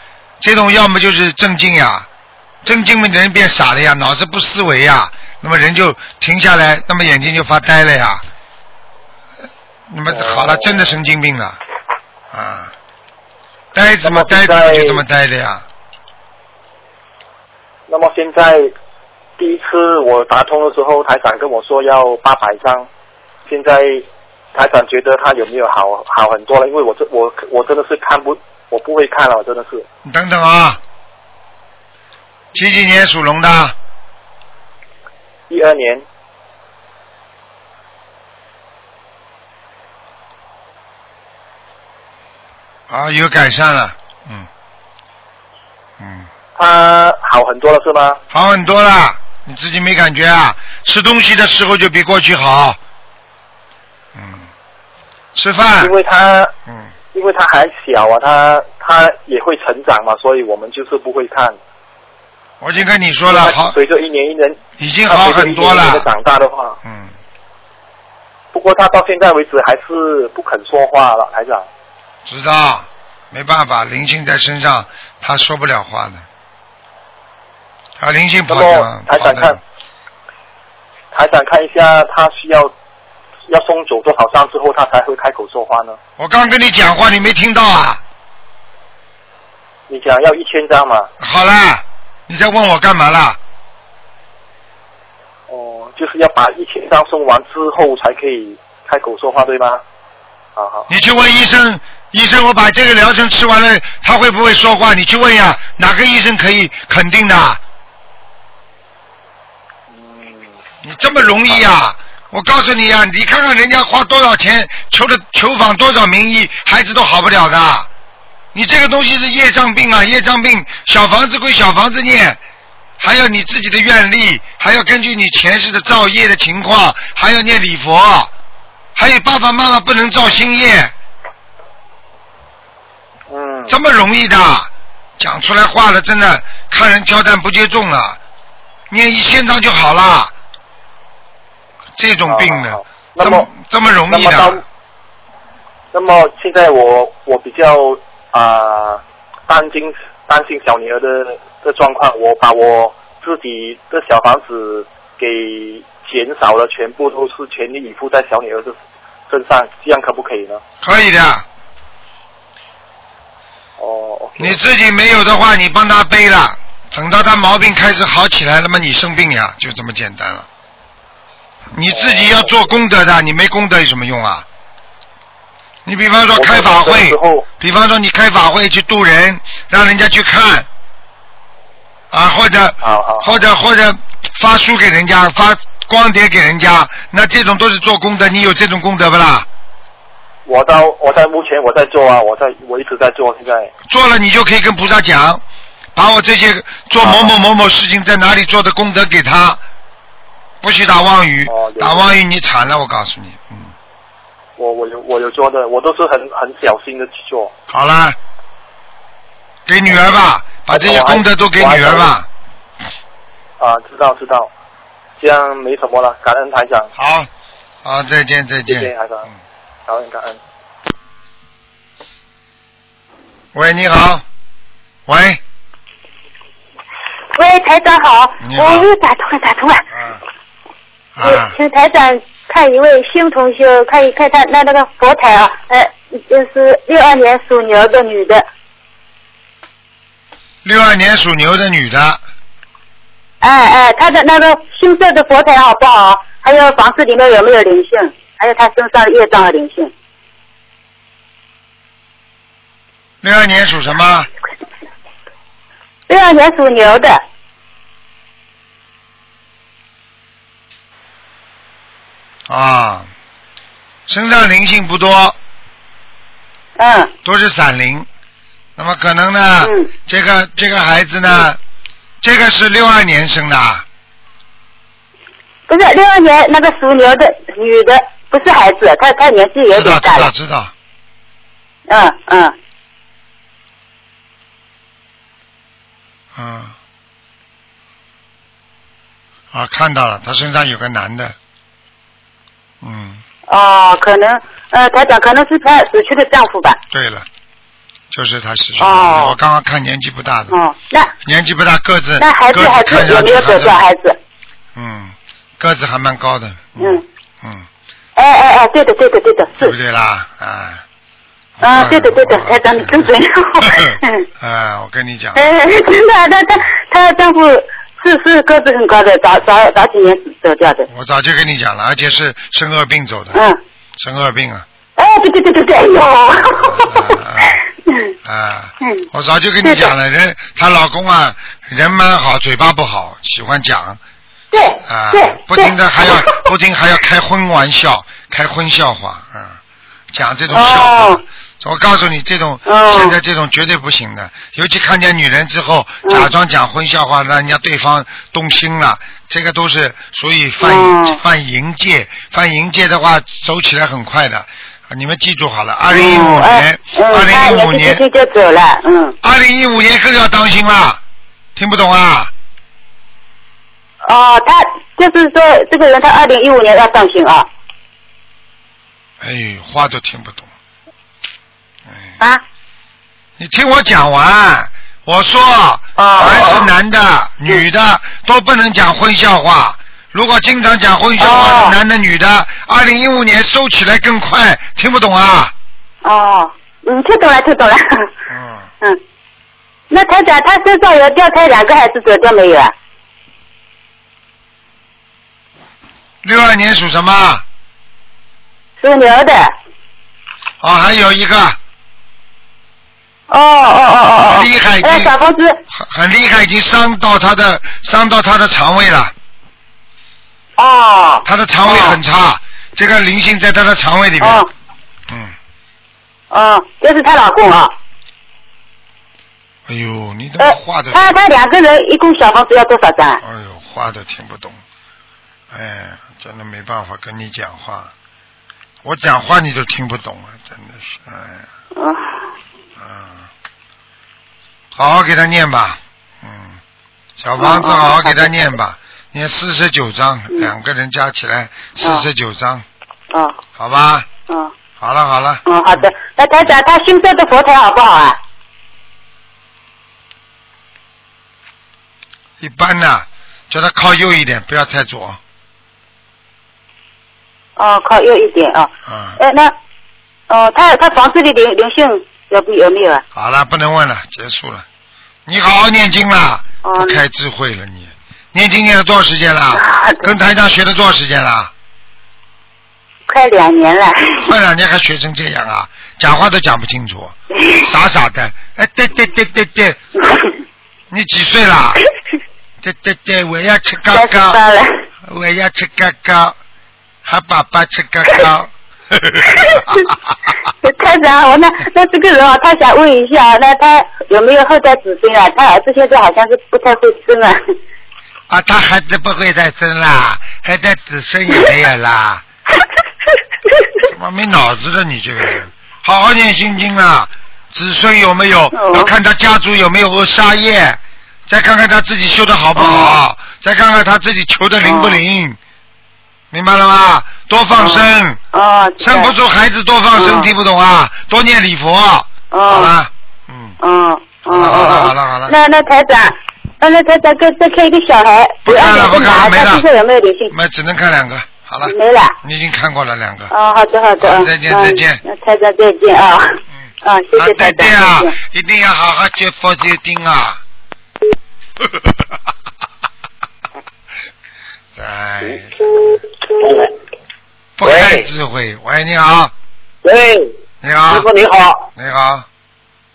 [SPEAKER 1] 这种要么就是镇静呀，镇静嘛人变傻了呀，脑子不思维呀，那么人就停下来，那么眼睛就发呆了呀，那么
[SPEAKER 6] 哦
[SPEAKER 1] 好了，真的神经病了啊，呆子嘛
[SPEAKER 6] 那么
[SPEAKER 1] 呆子
[SPEAKER 6] 现在
[SPEAKER 1] 嘛就这么呆的呀，
[SPEAKER 6] 那么现在第一次我打通的时候，台长跟我说要八百张，现在台长觉得他有没有好好很多了？因为我这我我真的是看不，我不会看了，我真的是
[SPEAKER 1] 你等等啊，几几年属龙的？
[SPEAKER 6] 一二年
[SPEAKER 1] 啊，有改善了，嗯，嗯。
[SPEAKER 6] 他好很多了是吗？
[SPEAKER 1] 好很多了，你自己没感觉啊？吃东西的时候就比过去好，嗯，吃饭
[SPEAKER 6] 因，为他
[SPEAKER 1] 嗯，
[SPEAKER 6] 因为他还小啊，他他也会成长嘛，所以我们就是不会看。
[SPEAKER 1] 我已经跟你说了，好，
[SPEAKER 6] 随着一年一年，
[SPEAKER 1] 已经
[SPEAKER 6] 他
[SPEAKER 1] 好
[SPEAKER 6] 随着
[SPEAKER 1] 很多
[SPEAKER 6] 一年一年
[SPEAKER 1] 了
[SPEAKER 6] 地。长大的话，
[SPEAKER 1] 嗯，
[SPEAKER 6] 不过他到现在为止还是不肯说话了，台长。
[SPEAKER 1] 知道，没办法，灵性在身上，他说不了话的。啊，灵性
[SPEAKER 6] 那
[SPEAKER 1] 跑
[SPEAKER 6] 么
[SPEAKER 1] 掉，
[SPEAKER 6] 台
[SPEAKER 1] 跑
[SPEAKER 6] 长看
[SPEAKER 1] 的，，
[SPEAKER 6] 台长看一下他需要要送走多少张之后，他才会开口说话呢？
[SPEAKER 1] 我刚跟你讲话，你没听到啊？
[SPEAKER 6] 你讲要一千张嘛？
[SPEAKER 1] 好啦，你在问我干嘛啦？
[SPEAKER 6] 哦，就是要把一千张送完之后才可以开口说话，对吗？好好，
[SPEAKER 1] 你去问医生，医生，我把这个疗程吃完了，他会不会说话？你去问呀，哪个医生可以肯定的？
[SPEAKER 6] 嗯，
[SPEAKER 1] 你这么容易呀、我告诉你呀、你看看人家花多少钱求的求访多少名医，孩子都好不了的。你这个东西是业障病啊，业障病，小房子归小房子念，还有你自己的愿力，还要根据你前世的造业的情况，还要念礼佛，还有爸爸妈妈不能造新业，
[SPEAKER 6] 嗯，
[SPEAKER 1] 这么容易的，讲出来话了，真的看人挑担不接重了，念一千张就好了。这种病呢
[SPEAKER 6] 好好好，那
[SPEAKER 1] 这
[SPEAKER 6] 么
[SPEAKER 1] 么这么容
[SPEAKER 6] 那
[SPEAKER 1] 易
[SPEAKER 6] 么当
[SPEAKER 1] 的，，
[SPEAKER 6] 那么现在我我比较啊、担心担心小女儿的的状况，我把我自己的小房子给减少了，全部都是全力以赴在小女儿的身上，这样可不可以呢？
[SPEAKER 1] 可以的。
[SPEAKER 6] 哦，OK，
[SPEAKER 1] 你自己没有的话，你帮他背了。等到他毛病开始好起来了嘛，你生病呀，就这么简单了。你自己要做功德的，你没功德有什么用啊？你比方说
[SPEAKER 6] 我
[SPEAKER 1] 开法
[SPEAKER 6] 我这个
[SPEAKER 1] 会
[SPEAKER 6] 时，候
[SPEAKER 1] 比方说你开法会去度人，让人家去看，啊，或者
[SPEAKER 6] 好好
[SPEAKER 1] 或者或者发书给人家，发光碟给人家，那这种都是做功德，你有这种功德不啦？
[SPEAKER 6] 我到我在目前我在做啊，我在我一直在做，现在
[SPEAKER 1] 做了你就可以跟菩萨讲，把我这些做
[SPEAKER 6] 啊
[SPEAKER 1] 某某某某事情在哪里做的功德给他，不许打妄语
[SPEAKER 6] 哦，有
[SPEAKER 1] 打妄语你惨了，我告诉你，嗯，
[SPEAKER 6] 我我有我有做的，我都是很很小心的去做。
[SPEAKER 1] 好了，给女儿吧，把这些功德都给女儿吧，
[SPEAKER 6] 啊，知道知道，这样没什么了，感恩台长，
[SPEAKER 1] 好，好，再见再
[SPEAKER 6] 谢
[SPEAKER 1] 见，
[SPEAKER 6] 谢台长
[SPEAKER 1] 嗯，
[SPEAKER 6] 感恩感恩。
[SPEAKER 1] 喂，你好，喂，
[SPEAKER 5] 喂，台长好，
[SPEAKER 1] 你好
[SPEAKER 5] 我又打通了，打通了。
[SPEAKER 1] 啊
[SPEAKER 5] 我
[SPEAKER 1] 啊，
[SPEAKER 5] 请台长看一位新同学，看一看他那那个佛台啊，呃，就是六二年属牛的女的，
[SPEAKER 1] 六二年属牛的女的，
[SPEAKER 5] 哎哎，她的那个新设的佛台好不好？还有房子里面有没有灵性？还有她身上的业障和灵性？
[SPEAKER 1] 六二年属什么？
[SPEAKER 5] 六二年属牛的，
[SPEAKER 1] 啊，身上灵性不多，
[SPEAKER 5] 嗯
[SPEAKER 1] 都是散灵。那么可能呢，
[SPEAKER 5] 嗯
[SPEAKER 1] 这个这个孩子呢，这个是六二年生的啊，
[SPEAKER 5] 不是六二年那个属牛的女的，不是孩子，她她年纪有
[SPEAKER 1] 知道知
[SPEAKER 5] 点大
[SPEAKER 1] 道
[SPEAKER 5] 了，
[SPEAKER 1] 知道，
[SPEAKER 5] 嗯嗯，
[SPEAKER 1] 嗯，啊，看到了，他身上有个男的，嗯，
[SPEAKER 5] 哦，可能呃，台长可能是她死去的丈夫吧，
[SPEAKER 1] 对了，就是他是，
[SPEAKER 5] 哦
[SPEAKER 1] 我刚刚看年纪不大的，
[SPEAKER 5] 哦，那
[SPEAKER 1] 年纪不大，个子，
[SPEAKER 5] 那孩子
[SPEAKER 1] 个
[SPEAKER 5] 还
[SPEAKER 1] 子嗯看
[SPEAKER 5] 是有
[SPEAKER 1] 上
[SPEAKER 5] 没
[SPEAKER 1] 去
[SPEAKER 5] 有
[SPEAKER 1] 还
[SPEAKER 5] 得
[SPEAKER 1] 是
[SPEAKER 5] 到孩子？
[SPEAKER 1] 嗯，个子还蛮高的，嗯
[SPEAKER 5] 嗯
[SPEAKER 1] 嗯，
[SPEAKER 5] 哎哎哎，对的对的对的，
[SPEAKER 1] 对不
[SPEAKER 5] 是，
[SPEAKER 1] 对啦？啊，
[SPEAKER 5] 啊对的对的
[SPEAKER 1] 我
[SPEAKER 5] 台长你 真准 嗯
[SPEAKER 1] 啊，我跟你讲，
[SPEAKER 5] 哎，真的，她她她丈夫是是个子很高的，早早早几年走掉的，
[SPEAKER 1] 我早就跟你讲了，而且是生恶病走的，
[SPEAKER 5] 嗯，
[SPEAKER 1] 生恶病啊
[SPEAKER 5] 哎，对对对对对，哎呦，嗯
[SPEAKER 1] 啊！
[SPEAKER 5] 嗯，
[SPEAKER 1] 我早就跟你讲了，人她老公啊，人蛮好，嘴巴不好，喜欢讲
[SPEAKER 5] 对
[SPEAKER 1] 啊
[SPEAKER 5] 对，，
[SPEAKER 1] 不
[SPEAKER 5] 对
[SPEAKER 1] 停的还要 不停还要开荤玩笑，开荤笑话，嗯，讲这种笑话。
[SPEAKER 5] 哦
[SPEAKER 1] 我告诉你，这种、
[SPEAKER 5] 哦
[SPEAKER 1] 现在这种绝对不行的，尤其看见女人之后，
[SPEAKER 5] 嗯
[SPEAKER 1] 假装讲荤笑话，让人家对方动心了，这个都是属于犯、
[SPEAKER 5] 哦
[SPEAKER 1] 犯淫戒，犯淫戒的话，走起来很快的。啊你们记住好了，二零一五
[SPEAKER 5] 嗯哎
[SPEAKER 1] 年，二零一五
[SPEAKER 5] 嗯，她年纪轻
[SPEAKER 1] 年，
[SPEAKER 5] 轻就走了，嗯，
[SPEAKER 1] 二零一五年更要当心啦，听不懂啊？
[SPEAKER 5] 哦，他就是说这个人他二零一五年要上刑啊
[SPEAKER 1] 哎，话都听不懂。哎，
[SPEAKER 5] 啊
[SPEAKER 1] 你听我讲完，我说，
[SPEAKER 5] 哦
[SPEAKER 1] 凡是男的、女的都不能讲荤笑话。如果经常讲荤笑话，
[SPEAKER 5] 哦
[SPEAKER 1] 男的女的，二零一五年收起来更快，听不懂啊？
[SPEAKER 5] 哦，嗯，听懂了听懂了，
[SPEAKER 1] 嗯，
[SPEAKER 5] 嗯，那台长他身上有掉胎两个还是只有掉没有啊？
[SPEAKER 1] 六二年属什么？
[SPEAKER 5] 属牛的，
[SPEAKER 1] 哦，还有一个
[SPEAKER 5] 哦哦哦哦哦，
[SPEAKER 1] 厉害
[SPEAKER 5] 哎，小房子，
[SPEAKER 1] 很很厉害，已经伤到他的伤到他的肠胃了，
[SPEAKER 5] 哦
[SPEAKER 1] 他的肠胃很差，这个灵性在他的肠胃里面。
[SPEAKER 5] 哦
[SPEAKER 1] 嗯，
[SPEAKER 5] 哦，就是她老公啊，
[SPEAKER 1] 哎呦，你怎么
[SPEAKER 5] 呃
[SPEAKER 1] 话都，
[SPEAKER 5] 他他两个人一共小房子要多少张啊？
[SPEAKER 1] 哎呦，话都听不懂，哎，真的没办法跟你讲话，我讲话你都听不懂啊，真的是，哎呀，
[SPEAKER 5] 嗯，
[SPEAKER 1] 嗯，好好给他念吧，嗯，小房子
[SPEAKER 5] 哦哦
[SPEAKER 1] 好好给他
[SPEAKER 5] 好的
[SPEAKER 1] 念吧，念四十九章，
[SPEAKER 5] 嗯
[SPEAKER 1] 两个人加起来四十九章，
[SPEAKER 5] 哦
[SPEAKER 1] 好吧？
[SPEAKER 5] 哦
[SPEAKER 1] 好了好了，
[SPEAKER 5] 哦，好的，那台长他新设的佛台好不好啊？
[SPEAKER 1] 一般呢，叫他靠右一点，不要太左，
[SPEAKER 5] 哦，靠右一点哦。
[SPEAKER 1] 嗯，
[SPEAKER 5] 哎，那哦，他他房子里灵灵性有没有没有啊？
[SPEAKER 1] 好了，不能问了，结束了，你好好念经啦。
[SPEAKER 5] 哦
[SPEAKER 1] 不，开智慧了你。念经念了多少时间了？
[SPEAKER 5] 啊
[SPEAKER 1] 跟台长学了多少时间了？
[SPEAKER 5] 快两年了。
[SPEAKER 1] 快两年还学成这样啊？讲话都讲不清楚， 傻傻的。哎，对对对对对，你几岁啦？对对对，我要吃糕
[SPEAKER 5] 三十
[SPEAKER 1] 糕，
[SPEAKER 5] 八了。
[SPEAKER 1] 我要吃糕糕，和爸爸吃糕糕。
[SPEAKER 5] 太长，我那那这个人啊，他想问一下，那他有没有后代子孙啊？他儿子现在好像是不太会生啊。
[SPEAKER 1] 啊，他孩子不会再生啦，还在子孙也没有啦。他妈没脑子的你这个人，好好念心经啦。子孙有没有？
[SPEAKER 5] 哦
[SPEAKER 1] 要看他家族有没有恶杀业，再看看他自己修的好不
[SPEAKER 5] 哦
[SPEAKER 1] 好，再看看他自己求的灵不灵，明白了吗？多放生，
[SPEAKER 5] 哦，知道
[SPEAKER 1] 生不出孩子多放生，
[SPEAKER 5] 哦
[SPEAKER 1] 听不懂啊？多念礼佛，好
[SPEAKER 5] 哦，
[SPEAKER 1] 啦，嗯，
[SPEAKER 5] 嗯，哦
[SPEAKER 1] 好
[SPEAKER 5] 哦
[SPEAKER 1] 了好了好
[SPEAKER 5] 哦
[SPEAKER 1] 了好了
[SPEAKER 5] 那那台长，那那台长再再看一个小孩，
[SPEAKER 1] 不看了啊
[SPEAKER 5] 92
[SPEAKER 1] 不看了
[SPEAKER 5] 年的
[SPEAKER 1] 没了
[SPEAKER 5] 男的啊他身上有没有灵性？
[SPEAKER 1] 那只能看两个，好了，
[SPEAKER 5] 没了。
[SPEAKER 1] 你已经看过了两个，
[SPEAKER 5] 哦，好的好的，
[SPEAKER 1] 好
[SPEAKER 5] 嗯
[SPEAKER 1] 再见
[SPEAKER 5] 嗯
[SPEAKER 1] 再见
[SPEAKER 5] 那台长再见啊，
[SPEAKER 1] 嗯。
[SPEAKER 5] 啊，谢
[SPEAKER 1] 啊
[SPEAKER 5] 谢，
[SPEAKER 1] 再
[SPEAKER 5] 台长，
[SPEAKER 1] 见啊
[SPEAKER 5] 再见。！
[SPEAKER 1] 一定要好好学佛修经啊！ 哎，不开智慧。喂，你好，
[SPEAKER 7] 喂，
[SPEAKER 1] 你好
[SPEAKER 7] 师，傅你好，
[SPEAKER 1] 你好，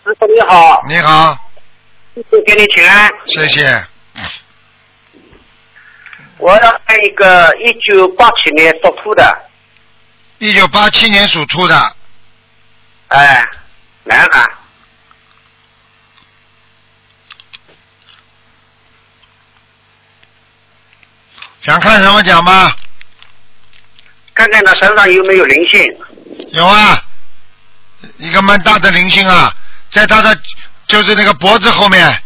[SPEAKER 7] 师傅你好，
[SPEAKER 1] 你好，
[SPEAKER 7] 师傅给你请安。
[SPEAKER 1] 谢谢。
[SPEAKER 7] 我要看一个一九八七年属兔的，
[SPEAKER 1] 一九八七年属兔的，
[SPEAKER 7] 哎，男孩，
[SPEAKER 1] 想看什么讲吗？
[SPEAKER 7] 看看他身上有没有灵性。
[SPEAKER 1] 有啊，一个蛮大的灵性啊，在他的就是那个脖子后面，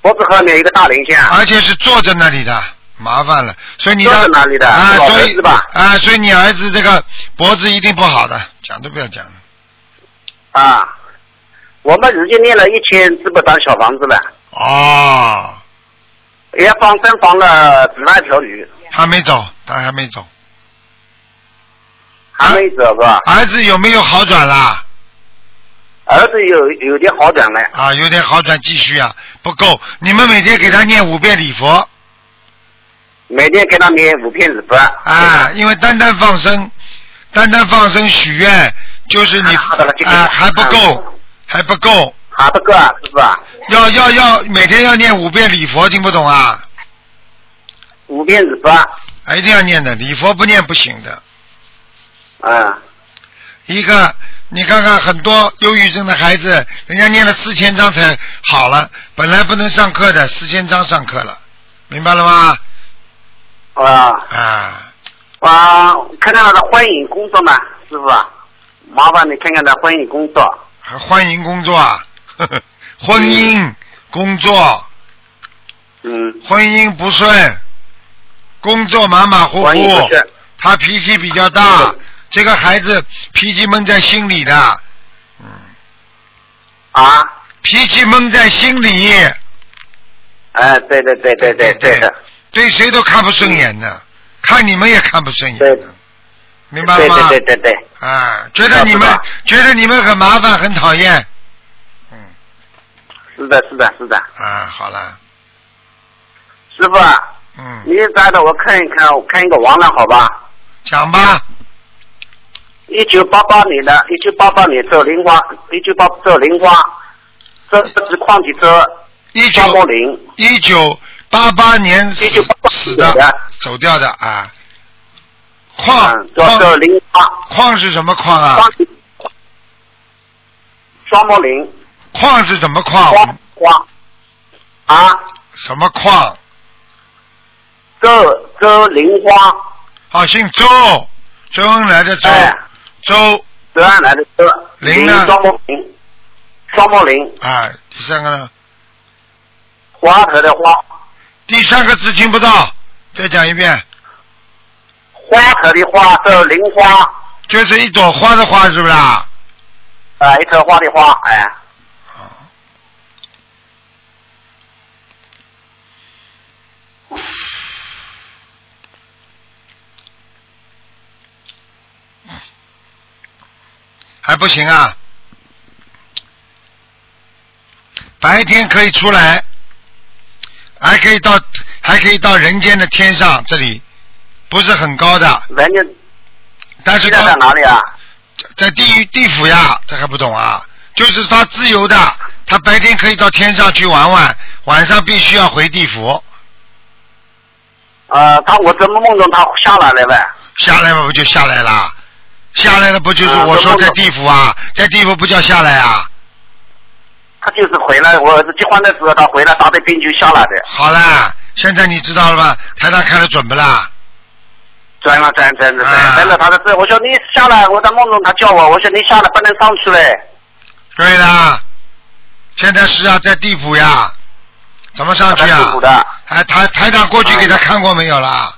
[SPEAKER 7] 脖子后面有一个大灵性啊，
[SPEAKER 1] 而且是坐在那里的，麻烦了。所以你的
[SPEAKER 7] 坐在那里的
[SPEAKER 1] 啊，
[SPEAKER 7] 老
[SPEAKER 1] 所
[SPEAKER 7] 儿
[SPEAKER 1] 以
[SPEAKER 7] 子吧
[SPEAKER 1] 啊，所以你儿子这个脖子一定不好的，讲都不要讲了。
[SPEAKER 7] 啊，我们已经念了一千四百张小房子了，
[SPEAKER 1] 哦，
[SPEAKER 7] 也放生放了几万条鱼，
[SPEAKER 1] 还没走，他还没走。
[SPEAKER 6] 啊
[SPEAKER 7] 还没走是吧？
[SPEAKER 1] 儿子有没有好转啦？
[SPEAKER 7] 儿子有有点好转了，
[SPEAKER 1] 啊，有点好转，继续啊，不够。你们每天给他念五遍礼佛
[SPEAKER 7] 每天给他念五片纸佛。
[SPEAKER 1] 啊，因为单单放生，单单放生许愿，就是你
[SPEAKER 7] 好的了这个
[SPEAKER 1] 啊还不够，还不够，
[SPEAKER 7] 还不够啊，是吧？
[SPEAKER 1] 要要要每天要念五遍礼佛，听不懂啊？
[SPEAKER 7] 五片纸佛，
[SPEAKER 1] 啊，一定要念的，礼佛不念不行的。
[SPEAKER 7] 嗯，
[SPEAKER 1] 一个，你看看很多忧郁症的孩子，人家念了四千章才好了，本来不能上课的，四千章上课了，明白了吗？
[SPEAKER 7] 啊。
[SPEAKER 1] 啊，
[SPEAKER 7] 啊，看看他的婚姻工作嘛，师傅啊，麻烦你看看他婚姻工作。
[SPEAKER 1] 还欢迎工作啊，呵呵婚姻、工作
[SPEAKER 7] 嗯，
[SPEAKER 1] 婚姻不顺，工作马马虎
[SPEAKER 7] 婚姻
[SPEAKER 1] 虎
[SPEAKER 7] 不顺，
[SPEAKER 1] 他脾气比较大，这个孩子脾气闷在心里的，嗯
[SPEAKER 7] 啊，
[SPEAKER 1] 脾气闷在心里，
[SPEAKER 7] 哎，对对对对对对
[SPEAKER 1] 嗯
[SPEAKER 7] 的，
[SPEAKER 1] 对谁都看不顺眼的，看你们也看不顺眼
[SPEAKER 7] 嗯对
[SPEAKER 1] 的，明白了
[SPEAKER 7] 对
[SPEAKER 1] 吗？
[SPEAKER 7] 对对对对，
[SPEAKER 1] 啊，觉得你
[SPEAKER 7] 知道
[SPEAKER 1] 们
[SPEAKER 7] 知道
[SPEAKER 1] 觉得你们很麻烦，很讨厌。嗯
[SPEAKER 7] 是的，是的，是的，
[SPEAKER 1] 啊，好了，
[SPEAKER 7] 师傅啊，
[SPEAKER 1] 嗯，
[SPEAKER 7] 你再的我看一看，我看一个王人好吧？
[SPEAKER 1] 讲吧，
[SPEAKER 7] 一九八八年的，一九八八年走莲花，一九八走莲花，这这是矿机车
[SPEAKER 1] 一
[SPEAKER 7] 张柏
[SPEAKER 1] 九
[SPEAKER 7] 林，
[SPEAKER 1] 一九八八年死
[SPEAKER 7] 1988
[SPEAKER 1] 死
[SPEAKER 7] 死的
[SPEAKER 1] 走掉的啊。矿
[SPEAKER 7] 嗯，叫走
[SPEAKER 1] 矿
[SPEAKER 7] 莲花，
[SPEAKER 1] 矿是什么矿哦啊
[SPEAKER 7] 双？双柏林，
[SPEAKER 1] 矿是什么矿？
[SPEAKER 7] 花花啊，
[SPEAKER 1] 什么矿？
[SPEAKER 7] 周周林花，
[SPEAKER 1] 啊，姓周，周恩来的周，
[SPEAKER 7] 哎，
[SPEAKER 1] 周
[SPEAKER 7] 周恩来的周，
[SPEAKER 1] 林
[SPEAKER 7] 林
[SPEAKER 1] 呢
[SPEAKER 7] 双柏林，双柏林，
[SPEAKER 1] 啊，第三个呢？
[SPEAKER 7] 花头的花，
[SPEAKER 1] 第三个字听不到，再讲一遍，
[SPEAKER 7] 花头的花，周林花，
[SPEAKER 1] 就是一朵花的花，是不是啊？
[SPEAKER 7] 啊、一头花的花，哎，
[SPEAKER 1] 啊，还不行啊！白天可以出来，还可以到还可以到人间的天上，这里不是很高的，
[SPEAKER 7] 人家
[SPEAKER 1] 但是
[SPEAKER 7] 现在在
[SPEAKER 1] 到
[SPEAKER 7] 哪里啊？
[SPEAKER 1] 在地狱地府呀，这还不懂啊？就是他自由的，他白天可以到天上去玩玩，晚上必须要回地府，
[SPEAKER 7] 呃，他我怎么梦中他下来了呗？
[SPEAKER 1] 下来嘛不就下来啦？下来了不就是
[SPEAKER 7] 啊
[SPEAKER 1] 我说
[SPEAKER 7] 都梦
[SPEAKER 1] 在
[SPEAKER 7] 到
[SPEAKER 1] 地府啊？在地府不叫下来啊？
[SPEAKER 7] 他就是回来，我结婚的时候他回来，打的冰球下来的，
[SPEAKER 1] 好啦，现在你知道了吧？台长看得准不啦？
[SPEAKER 7] 转了转转转
[SPEAKER 1] 啊
[SPEAKER 7] 转，转了他的事。我说你下来，我在梦中他叫我，我说你下来不能上去嘞。
[SPEAKER 1] 对啦，现在是啊，在地府呀，怎么上去
[SPEAKER 7] 他
[SPEAKER 1] 啊
[SPEAKER 7] 痛苦？的，哎
[SPEAKER 1] 哎，台台长过去给他看过没有啦？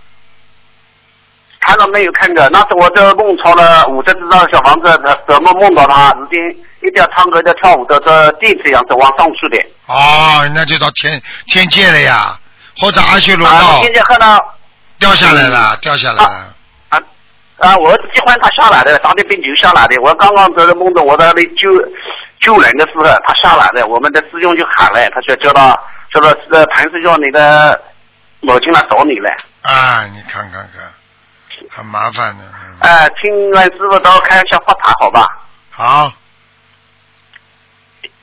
[SPEAKER 7] 他都没有看着。那是我这梦超了五十多张小房子，怎么梦到他？已经一定要唱歌，一定要跳舞的，这电子一样子往上去的。
[SPEAKER 1] 哦，那就到天天界了呀，或者阿修罗
[SPEAKER 7] 啊，
[SPEAKER 1] 道。
[SPEAKER 7] 我进去后呢，
[SPEAKER 1] 掉下来
[SPEAKER 7] 嗯
[SPEAKER 1] 了，掉下来了。
[SPEAKER 7] 啊啊，我喜欢他下来的，打的冰球下来的。我刚刚在这梦中，我在那里救救人的时候，他下来的。我们的师兄就喊了，他说叫到叫到呃谭师兄，你的母亲来找你了。
[SPEAKER 1] 啊，你看看看，很麻烦的。嗯
[SPEAKER 7] 哎、请问师傅到看一下发塔好吧？
[SPEAKER 1] 好，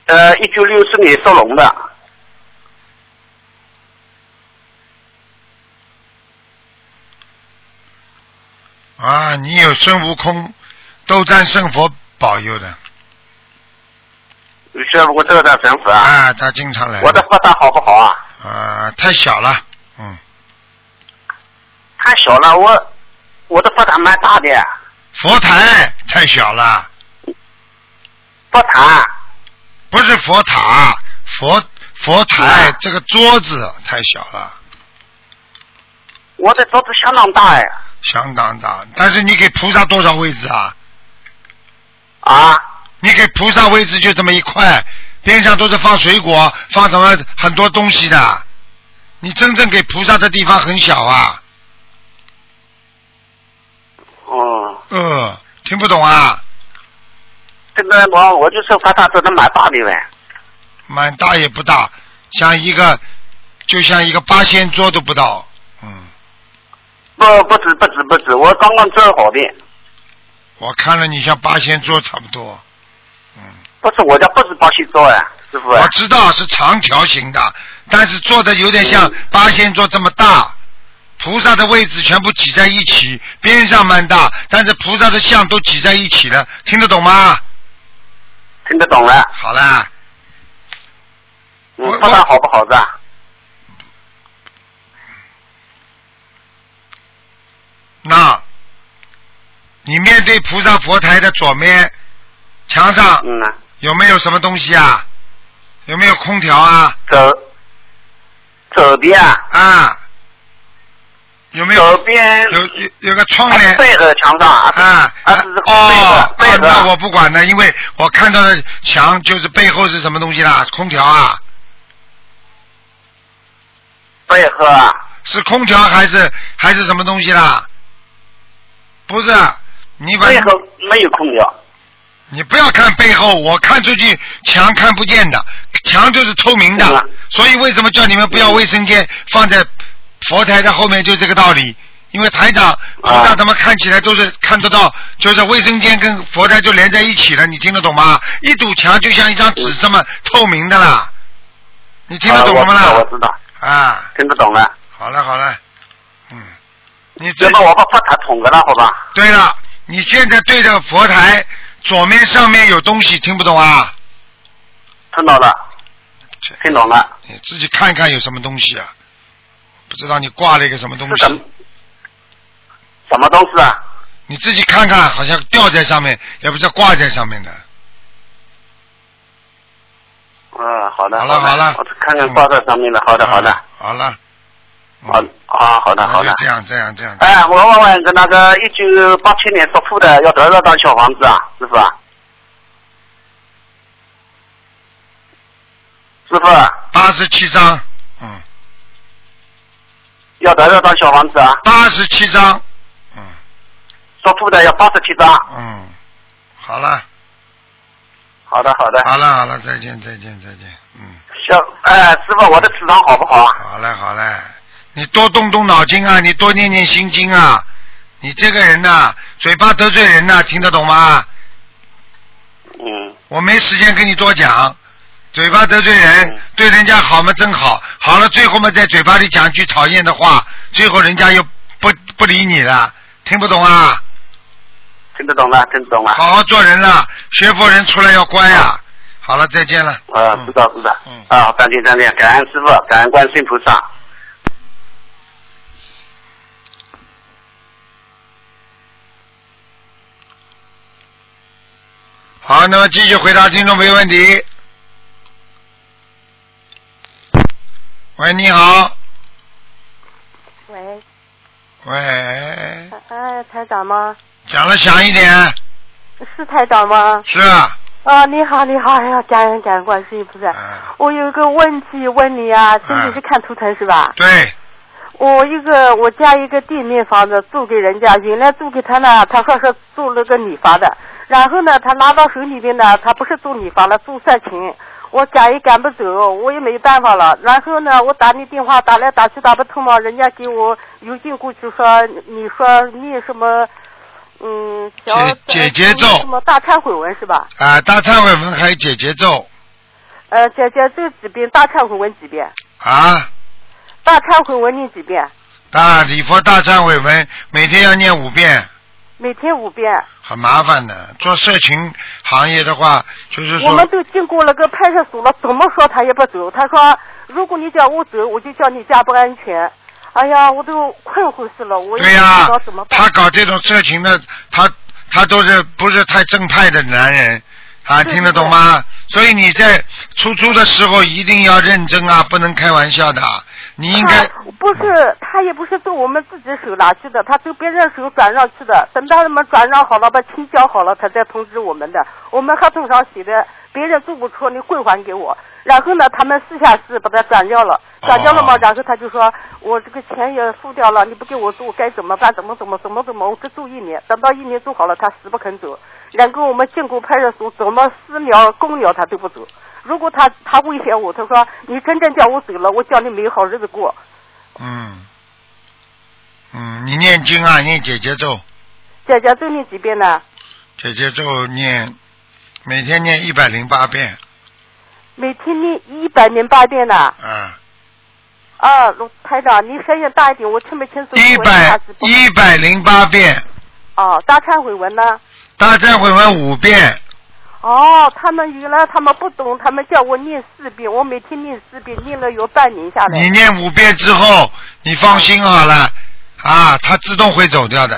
[SPEAKER 7] 呃，一九六四年属龙的，
[SPEAKER 1] 啊，你有孙悟空，斗战胜佛保佑的
[SPEAKER 7] 你说我这个在神府啊，
[SPEAKER 1] 啊，他经常来
[SPEAKER 7] 我的发塔好不好啊？
[SPEAKER 1] 啊，太小了，嗯，
[SPEAKER 7] 太小了，我我的佛塔蛮大的，
[SPEAKER 1] 佛台太小了，
[SPEAKER 7] 佛塔
[SPEAKER 1] 不是佛塔，佛佛台
[SPEAKER 7] 啊
[SPEAKER 1] 这个桌子太小了，
[SPEAKER 7] 我的桌子相当大哎，
[SPEAKER 1] 相当大。但是你给菩萨多少位置啊？
[SPEAKER 7] 啊，
[SPEAKER 1] 你给菩萨位置就这么一块，边上都是放水果，放什么很多东西的。你真正给菩萨的地方很小啊，
[SPEAKER 7] 哦、
[SPEAKER 1] 呃，听不懂啊，
[SPEAKER 7] 这个我我就说佛塔做的蛮大的呗，
[SPEAKER 1] 蛮大也不大，像一个就像一个八仙桌都不到，嗯，
[SPEAKER 7] 不不止不止不止，我刚刚做好的，
[SPEAKER 1] 我看了你像八仙桌差不多，嗯，
[SPEAKER 7] 不是我家不是巴西做哎，师傅哎
[SPEAKER 1] 我，知道是长条形的，但是做的有点像八仙桌这么大。菩萨的位置全部挤在一起，边上蛮大，但是菩萨的像都挤在一起了，听得懂吗？
[SPEAKER 7] 听得懂了，
[SPEAKER 1] 好啦，
[SPEAKER 7] 嗯
[SPEAKER 1] 我，
[SPEAKER 7] 佛塔好不好是吧？
[SPEAKER 1] 那，你面对菩萨佛台的左面墙上
[SPEAKER 7] 嗯呐，
[SPEAKER 1] 啊有没有什么东西啊？有没有空调啊？
[SPEAKER 7] 走走边啊，
[SPEAKER 1] 啊，有没有
[SPEAKER 7] 左边
[SPEAKER 1] 有有有个窗
[SPEAKER 7] 还是
[SPEAKER 1] 帘
[SPEAKER 7] 背和墙上啊，
[SPEAKER 1] 啊
[SPEAKER 7] 啊是这个
[SPEAKER 1] 哦，
[SPEAKER 7] 背
[SPEAKER 1] 啊
[SPEAKER 7] 的背的
[SPEAKER 1] 那我不管了，因为我看到的墙就是背后是什么东西啦？空调啊，
[SPEAKER 7] 背和啊
[SPEAKER 1] 是空调还是还是什么东西啦？不是，你反
[SPEAKER 7] 背
[SPEAKER 1] 正
[SPEAKER 7] 和没有空调，
[SPEAKER 1] 你不要看背后，我看出去墙看不见的，墙就是透明
[SPEAKER 7] 是吧
[SPEAKER 1] 的，所以为什么叫你们不要卫生间放在佛台的后面，就这个道理。因为台
[SPEAKER 7] 啊
[SPEAKER 1] 长、菩萨他们看起来都是看得到，就是卫生间跟佛台就连在一起了，你听得懂吗？一堵墙就像一张纸这么透明的啦，你听得懂了吗
[SPEAKER 7] 啊我
[SPEAKER 1] 啦
[SPEAKER 7] 知道，我？知道，
[SPEAKER 1] 啊，
[SPEAKER 7] 听得懂了。
[SPEAKER 1] 好了好了，嗯，你
[SPEAKER 7] 要
[SPEAKER 1] 这
[SPEAKER 7] 不我把佛台捅给他，好吧？
[SPEAKER 1] 对了，你现在对着佛台左面上面有东西，听不懂啊？
[SPEAKER 7] 听到了
[SPEAKER 1] 这，
[SPEAKER 7] 听懂了，
[SPEAKER 1] 你哎自己看看有什么东西啊？不知道你挂了一个什么东
[SPEAKER 7] 是什么
[SPEAKER 1] 西，
[SPEAKER 7] 什么东西啊？
[SPEAKER 1] 你自己看看，好像吊在上面，也不知道挂在上面的。
[SPEAKER 7] 嗯，好的，
[SPEAKER 1] 好了
[SPEAKER 7] 好
[SPEAKER 1] 好了
[SPEAKER 7] 我看看报纸上面的，好的，好的，
[SPEAKER 1] 嗯，好了，嗯
[SPEAKER 7] 好，啊，好的，好
[SPEAKER 1] 那
[SPEAKER 7] 的
[SPEAKER 1] 就。这样这样这样，
[SPEAKER 7] 哎，我问问个那个一九八七年属虎的要多少张小房子啊，师傅啊？师傅啊
[SPEAKER 1] 八十七张，嗯，
[SPEAKER 7] 要多少张小房子啊？
[SPEAKER 1] 八十七张，嗯
[SPEAKER 7] 属虎的要八十七张。
[SPEAKER 1] 嗯，好了
[SPEAKER 7] 好的，好的。
[SPEAKER 1] 好了好了，再见再见再见，嗯，
[SPEAKER 7] 小哎，师傅，我的磁场好不好啊？
[SPEAKER 1] 好嘞好嘞，你多动动脑筋啊，你多念念心经啊，你这个人呐、嘴巴得罪人呐、听得懂吗？
[SPEAKER 7] 嗯，
[SPEAKER 1] 我没时间跟你多讲，嘴巴得罪人
[SPEAKER 7] 嗯，
[SPEAKER 1] 对人家好嘛真好，好了最后嘛在嘴巴里讲句讨厌的话，最后人家又不不理你了，听不懂啊？
[SPEAKER 7] 听得懂了，听得懂了。
[SPEAKER 1] 好好做人啦，学佛人出来要乖啊！好了，再见了。
[SPEAKER 7] 啊，知道知道
[SPEAKER 1] 嗯，
[SPEAKER 7] 啊，再见再见，感恩师傅，感恩观世音菩萨。
[SPEAKER 1] 好，那么继续回答听众朋友问题。喂，你好。
[SPEAKER 8] 喂，
[SPEAKER 1] 喂，
[SPEAKER 8] 哎，台长吗？啊
[SPEAKER 1] 讲了响一点。
[SPEAKER 8] 是台长吗？
[SPEAKER 1] 是啊，
[SPEAKER 8] 啊，你好，你好，哎呀，感恩感恩观世音菩萨。
[SPEAKER 1] 嗯
[SPEAKER 8] 我有一个问题问你啊，真
[SPEAKER 1] 嗯
[SPEAKER 8] 的是看图腾是吧？
[SPEAKER 1] 对，
[SPEAKER 8] 我一个我家一个地面房子租给人家，原来租给他呢，他说是租了个你房的，然后呢，他拿到手里边呢，他不是租你房了，租色情。我赶也赶不走，我也没办法了。然后呢，我打你电话打来打去打不通嘛，人家给我邮件过去说，你说念什么，嗯，小
[SPEAKER 1] 解解结咒
[SPEAKER 8] 什么大忏悔文是吧？
[SPEAKER 1] 啊，大忏悔文还有解结咒
[SPEAKER 8] 呃，姐姐这几遍大忏悔文几遍？
[SPEAKER 1] 啊。
[SPEAKER 8] 大忏悔文念几遍？
[SPEAKER 1] 大礼佛大忏悔文每天要念五遍，
[SPEAKER 8] 每天五遍。
[SPEAKER 1] 很麻烦的。做社群行业的话，就是
[SPEAKER 8] 我
[SPEAKER 1] 说
[SPEAKER 8] 们都经过了个派出所了，怎么说他也不走。他说，如果你叫我走，我就叫你家不安全。哎呀，我都困惑死了，我也不
[SPEAKER 1] 对
[SPEAKER 8] 知
[SPEAKER 1] 呀、
[SPEAKER 8] 道怎么办。
[SPEAKER 1] 他搞这种社群的，他他都是不是太正派的男人啊，
[SPEAKER 8] 对
[SPEAKER 1] 听得懂吗？所以你在出租的时候一定要认真啊，不能开玩笑的。你应 该
[SPEAKER 8] 他不是他也不是从我们自己手拿去的，他从别人手转让去的。等到他们转让好了，把清交好了，他再通知我们的。我们合同上写的，别人做不出，你归还给我。然后呢，他们私下私把它转掉了，转掉了嘛，
[SPEAKER 1] 哦
[SPEAKER 8] 然后他就说我这个钱也付掉了，你不给我做，该怎么办？怎么怎么怎么怎么？我只做一年，等到一年做好了，他死不肯走。然后我们进过派出所，怎么私了公了他都不走。如果他他威胁我，他说你真正叫我走了，我叫你没好日子过。
[SPEAKER 1] 嗯嗯，你念经啊，念解结咒，
[SPEAKER 8] 姐姐咒念几遍呢？
[SPEAKER 1] 解结咒念每天念一百零八遍
[SPEAKER 8] 每天念一百零八遍呢。
[SPEAKER 1] 啊。
[SPEAKER 8] 啊，卢台长，您声音大一点，我听不清楚。
[SPEAKER 1] 一
[SPEAKER 8] 我
[SPEAKER 1] 百
[SPEAKER 8] 下次不
[SPEAKER 1] 一百零八遍，
[SPEAKER 8] 哦，大忏悔文呢？
[SPEAKER 1] 大忏悔文五遍，
[SPEAKER 8] 哦，他们原来他们不懂，他们叫我念四遍，我每天念四遍，念了有半年下
[SPEAKER 1] 你
[SPEAKER 8] 来。
[SPEAKER 1] 念五遍之后，你放心好了，啊，它自动会走掉的。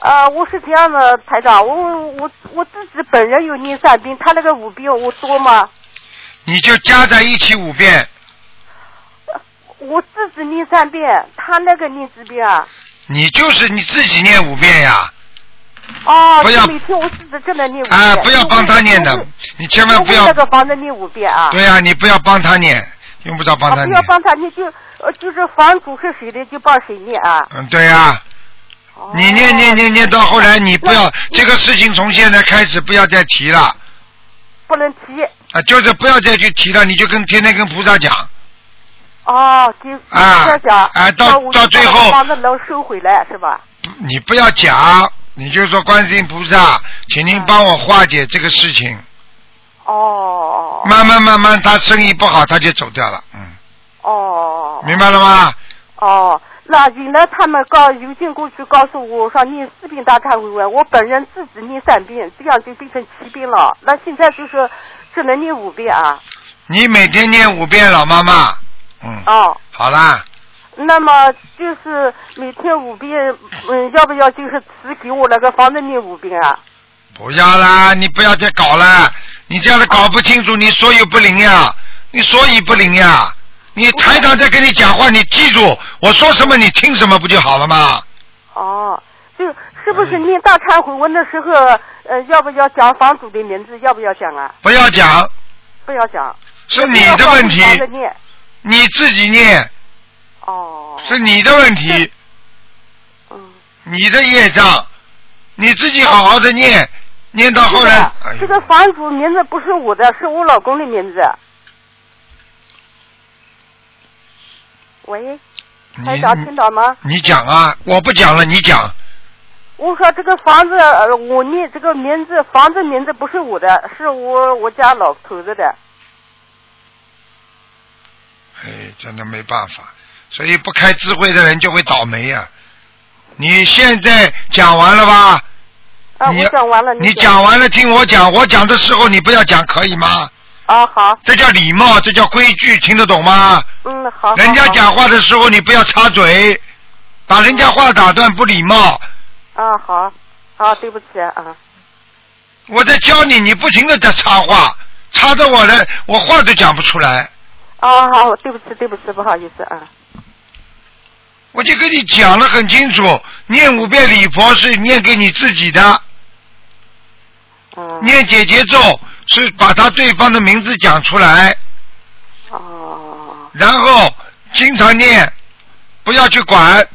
[SPEAKER 8] 啊，我是这样的，台长，我我我自己本人有念三遍，他那个五遍我多吗？
[SPEAKER 1] 你就加在一起五遍，
[SPEAKER 8] 我自只念三遍，他那个念几遍啊？
[SPEAKER 1] 你就是你自己念五遍呀，
[SPEAKER 8] 哦，
[SPEAKER 1] 不要
[SPEAKER 8] 就每天我试着正在念五遍。
[SPEAKER 1] 哎，不要帮他念
[SPEAKER 8] 就
[SPEAKER 1] 的
[SPEAKER 8] 是，
[SPEAKER 1] 你千万不要
[SPEAKER 8] 就为那，个房子念五遍啊。
[SPEAKER 1] 对呀、你不要帮他念，用不着帮
[SPEAKER 8] 啊
[SPEAKER 1] 他
[SPEAKER 8] 不
[SPEAKER 1] 念
[SPEAKER 8] 要，帮他念，就呃就是房主是谁的就帮谁念啊。
[SPEAKER 1] 嗯，对呀、
[SPEAKER 8] 哦
[SPEAKER 1] 你念念念念到后来，你不要这个事情从现在开始不要再提了
[SPEAKER 8] 不能提。
[SPEAKER 1] 啊，就是不要再去提了，你就跟天天跟菩萨讲，
[SPEAKER 8] 哦，就
[SPEAKER 1] 啊
[SPEAKER 8] 这讲
[SPEAKER 1] 啊到
[SPEAKER 8] 那我就
[SPEAKER 1] 到最
[SPEAKER 8] 把
[SPEAKER 1] 后
[SPEAKER 8] 房子能收回来是吧？
[SPEAKER 1] 你不要讲，你就说观世音菩萨，请您帮我化解这个事情。
[SPEAKER 8] 哦
[SPEAKER 1] 慢慢慢慢，他生意不好，他就走掉了，嗯，
[SPEAKER 8] 哦
[SPEAKER 1] 明白了吗？
[SPEAKER 8] 哦，那原来他们告邮件过去告诉我说念四遍大忏悔文，我本人自己念三遍，这样就变成七遍了。那现在就是只能念五遍啊。
[SPEAKER 1] 你每天念五遍，老妈妈，嗯，
[SPEAKER 8] 哦，
[SPEAKER 1] 好啦，
[SPEAKER 8] 那么就是每天五遍，嗯，要不要就是只给我那个房子念五遍啊？
[SPEAKER 1] 不要啦，你不要再搞了，你这样子搞不清楚，你所有不灵呀，你所以不灵呀，你台长在跟你讲话，你记住我说什么，你听什么不就好了吗？
[SPEAKER 8] 哦，就是不是念大忏悔文的时候，呃，要不要讲房主的名字？要不要讲啊？
[SPEAKER 1] 不要讲，
[SPEAKER 8] 不要讲。
[SPEAKER 1] 是你的问题
[SPEAKER 8] 不，要放房子念
[SPEAKER 1] 你自己念
[SPEAKER 8] 哦。
[SPEAKER 1] 是你的问题，
[SPEAKER 8] 嗯。
[SPEAKER 1] 你的业障，你自己好好的念，念到后来，哎呦
[SPEAKER 8] 嗯这个房主名字不是我的，是我老公的名字。喂，台长
[SPEAKER 1] 你
[SPEAKER 8] 听到吗？
[SPEAKER 1] 你讲啊，我不讲了，你讲。
[SPEAKER 8] 我说这个房子，呃我念这个名字，房子名字不是我的，是我我家老头子的。
[SPEAKER 1] 哎，真的没办法，所以不开智慧的人就会倒霉呀、你现在讲完了吧？
[SPEAKER 8] 啊，
[SPEAKER 1] 你
[SPEAKER 8] 我讲完了。
[SPEAKER 1] 你
[SPEAKER 8] 讲
[SPEAKER 1] 讲完了，听我讲。我讲的时候你不要讲，可以吗？
[SPEAKER 8] 啊，好，
[SPEAKER 1] 这叫礼貌，这叫规矩，听得懂吗？
[SPEAKER 8] 嗯，好。好
[SPEAKER 1] 人家
[SPEAKER 8] 好
[SPEAKER 1] 讲话的时候你不要插嘴，把人家话打断不礼貌。
[SPEAKER 8] 啊，好，好，对不起啊。
[SPEAKER 1] 我在教你，你不停的在插话，插的我的我话都讲不出来。
[SPEAKER 8] 啊，好，对不起，对不起，不好意思啊。
[SPEAKER 1] 我就跟你讲了很清楚，念五遍礼佛是念给你自己的，
[SPEAKER 8] 嗯。
[SPEAKER 1] 念姐姐咒是把他对方的名字讲出来，
[SPEAKER 8] 哦，
[SPEAKER 1] 然后经常念，不要去管，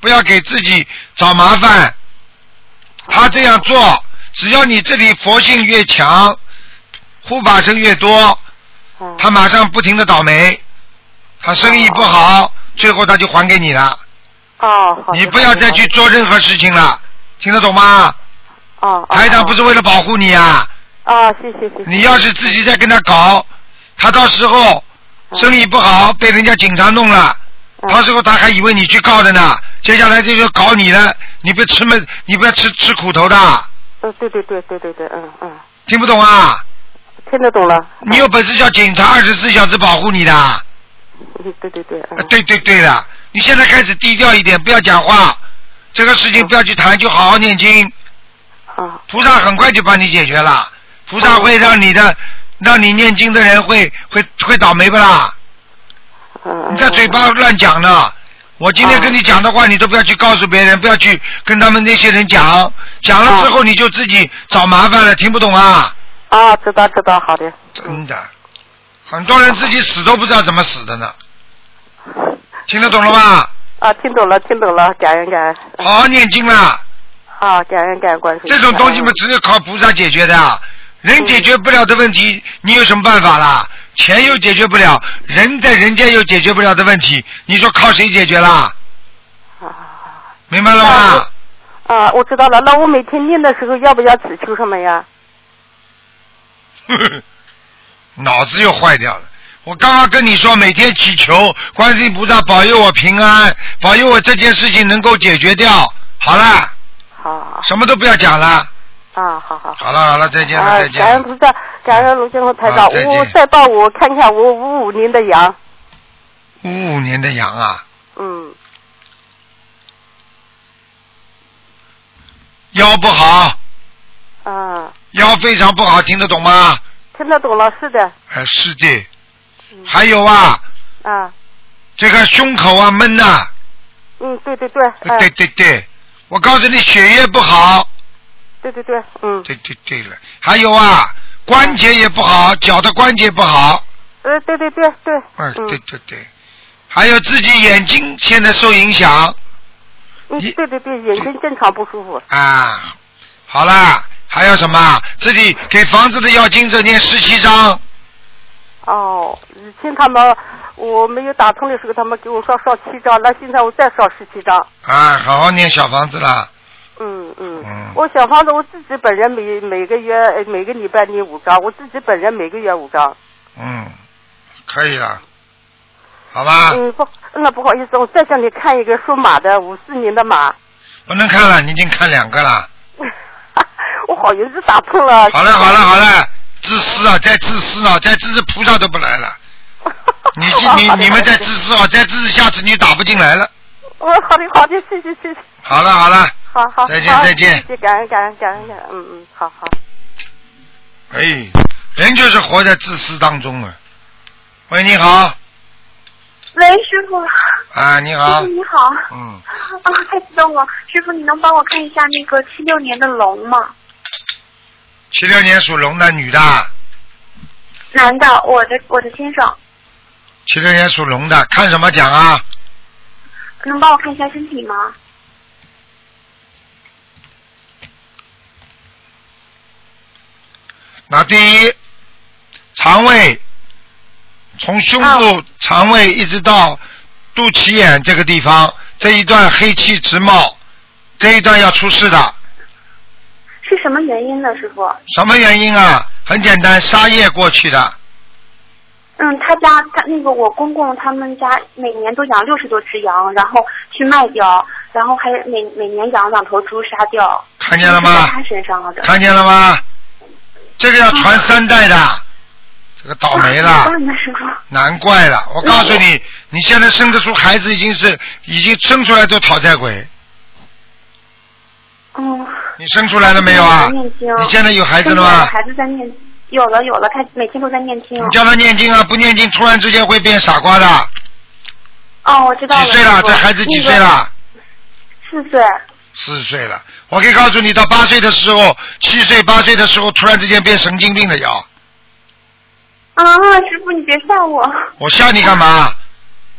[SPEAKER 1] 不要给自己找麻烦。他这样做，只要你这里佛性越强，护法神越多，
[SPEAKER 8] 嗯。
[SPEAKER 1] 他马上不停的倒霉，他生意不好，最后他就还给你了。
[SPEAKER 8] 哦，好的。
[SPEAKER 1] 你不要再去做任何事情了，听得懂吗？
[SPEAKER 8] 哦。
[SPEAKER 1] 台长不是为了保护你啊，
[SPEAKER 8] 啊，谢谢谢谢。
[SPEAKER 1] 你要是自己再跟他搞，他到时候生意不好，被人家警察弄了，
[SPEAKER 8] 嗯
[SPEAKER 1] 到时候他还以为你去告的呢，接下来这就搞你了，你别吃闷，你不要吃吃苦头的，
[SPEAKER 8] 嗯，对对对对对对，嗯嗯，
[SPEAKER 1] 听不懂啊？
[SPEAKER 8] 听得懂了。
[SPEAKER 1] 你有本事叫警察二十四小时保护你的，啊
[SPEAKER 8] 嗯，对对对，嗯，
[SPEAKER 1] 对对对的，你现在开始低调一点，不要讲话，这个事情不要去谈，就好好念经。
[SPEAKER 8] 啊，
[SPEAKER 1] 菩萨很快就帮你解决了，菩萨会让你的，让你念经的人会会会倒霉不啦？
[SPEAKER 8] 嗯，
[SPEAKER 1] 你在嘴巴乱讲呢。我今天跟你讲的话，你都不要去告诉别人，不要去跟他们那些人讲，讲了之后你就自己找麻烦了，听不懂啊？
[SPEAKER 8] 啊，知道知道，好的，
[SPEAKER 1] 真的，很多人自己死都不知道怎么死的呢，听得懂了吧？
[SPEAKER 8] 啊，听懂了听懂了，感恩感恩，
[SPEAKER 1] 好好念经啦。
[SPEAKER 8] 啊，感恩感恩关心。嗯
[SPEAKER 1] 这种东西嘛，
[SPEAKER 8] 啊
[SPEAKER 1] 只有靠菩萨解决的啊。人解决不了的问题，你有什么办法啦？钱又解决不了，人在人间又解决不了的问题，你说靠谁解决啦？
[SPEAKER 8] 啊
[SPEAKER 1] 明白了吗？
[SPEAKER 8] 啊，我知道了，那我每天念的时候要不要祈求什么呀？
[SPEAKER 1] 脑子又坏掉了。我刚刚跟你说，每天祈求观世音菩萨保佑我平安，保佑我这件事情能够解决掉。好了，
[SPEAKER 8] 好，
[SPEAKER 1] 什么都不要讲了。
[SPEAKER 8] 啊，好好。
[SPEAKER 1] 好了好了，再见了
[SPEAKER 8] 啊
[SPEAKER 1] 再，见
[SPEAKER 8] 感
[SPEAKER 1] 了。
[SPEAKER 8] 恩菩萨，感恩卢建宏台
[SPEAKER 1] 啊
[SPEAKER 8] 长，
[SPEAKER 1] 再见
[SPEAKER 8] 我再帮我看看我五五年的羊，
[SPEAKER 1] 五五年的羊啊，
[SPEAKER 8] 嗯，
[SPEAKER 1] 腰不好，
[SPEAKER 8] 啊，
[SPEAKER 1] 腰非常不好，听得懂吗？呃
[SPEAKER 8] 听得懂了，是的，
[SPEAKER 1] 哎，是的
[SPEAKER 8] 嗯。
[SPEAKER 1] 还有啊，
[SPEAKER 8] 啊，
[SPEAKER 1] 这个胸口啊闷呐、
[SPEAKER 8] 嗯，对对对，哎、
[SPEAKER 1] 对对对，我告诉你血液不好，
[SPEAKER 8] 对对对，嗯，
[SPEAKER 1] 对对对了，还有啊关节也不好，脚的关节不好，
[SPEAKER 8] 呃，对对对对，
[SPEAKER 1] 嗯对
[SPEAKER 8] 嗯嗯，
[SPEAKER 1] 对对，还有自己眼睛现在受影响
[SPEAKER 8] 嗯，
[SPEAKER 1] 你
[SPEAKER 8] 对对对，眼睛正常不舒服，
[SPEAKER 1] 啊，好啦，还有什么？自己给房子的要经者念十七章，
[SPEAKER 8] 哦，以前他们我没有打通的时候，他们给我说烧七张，那现在我再烧十七张。
[SPEAKER 1] 啊，好好念小房子啦，
[SPEAKER 8] 嗯嗯
[SPEAKER 1] 嗯，
[SPEAKER 8] 我小房子我自己本人每每个月呃每个礼拜念五张，我自己本人每个月五张。
[SPEAKER 1] 嗯，可以了，好吧，
[SPEAKER 8] 嗯，不，那不好意思，我再向你看一个属马的，五四年的马。
[SPEAKER 1] 不能看了，你已经看两个了，
[SPEAKER 8] 我好容易打通了。
[SPEAKER 1] 好了 好了好了，自私啊，再自私啊，再自私菩萨都不来了。 你
[SPEAKER 8] 哦
[SPEAKER 1] 你
[SPEAKER 8] 好的
[SPEAKER 1] 你们再
[SPEAKER 8] 好的
[SPEAKER 1] 自私啊，再自私，下次你打不进来了。
[SPEAKER 8] 我好的好的，谢谢谢谢，
[SPEAKER 1] 好了好了，
[SPEAKER 8] 好好。
[SPEAKER 1] 再见
[SPEAKER 8] 好
[SPEAKER 1] 再见
[SPEAKER 8] 谢谢，感恩感恩感恩感恩，嗯嗯，好好。
[SPEAKER 1] 哎，人就是活在自私当中啊。喂，你好
[SPEAKER 5] 喂，师傅，
[SPEAKER 1] 啊，你好
[SPEAKER 5] 师傅，你好，
[SPEAKER 1] 嗯，
[SPEAKER 5] 啊，太激动了，师傅，你能帮我看一下那个七六年的龙吗？
[SPEAKER 1] 七六年属龙的女的，
[SPEAKER 5] 男的，我的我的先生，
[SPEAKER 1] 七六年属龙的，看什么讲啊？
[SPEAKER 5] 能帮我看一下身体吗？
[SPEAKER 1] 那第一，肠胃，从胸部、肠胃一直到肚脐眼这个地方，这一段黑气直冒，这一段要出事的。
[SPEAKER 5] 是什么原因呢，师傅？
[SPEAKER 1] 什么原因啊？很简单，沙叶过去的。
[SPEAKER 5] 嗯，他家他那个我公公他们家每年都养六十多只羊，然后去卖掉，然后还每每年养两头猪杀掉，
[SPEAKER 1] 看见了吗
[SPEAKER 5] 都在他身上了嗯的，
[SPEAKER 1] 看见了吗？这个要传三代的，这个倒霉
[SPEAKER 5] 啊
[SPEAKER 1] 了
[SPEAKER 5] 怎，么办呢，师傅？
[SPEAKER 1] 难怪了。我告诉你，你现在生得出孩子已经是已经生出来都讨债鬼，
[SPEAKER 5] 嗯，
[SPEAKER 1] 你生出来了没有啊？
[SPEAKER 5] 我在念经
[SPEAKER 1] 你现在有孩子了
[SPEAKER 5] 现在有
[SPEAKER 1] 吗？
[SPEAKER 5] 孩子在念，有了有了，他每天都在念经。
[SPEAKER 1] 你叫他念经啊，不念经突然之间会变傻瓜的。
[SPEAKER 5] 哦，我知道了。
[SPEAKER 1] 几岁了？
[SPEAKER 5] 师傅
[SPEAKER 1] 这孩子几岁？
[SPEAKER 5] 那个
[SPEAKER 1] 了？
[SPEAKER 5] 四岁。
[SPEAKER 1] 四岁了。我可以告诉你，到八岁的时候，七岁八岁的时候，突然之间变神经病了要。
[SPEAKER 5] 啊，师傅，你别吓我。
[SPEAKER 1] 我吓你干嘛？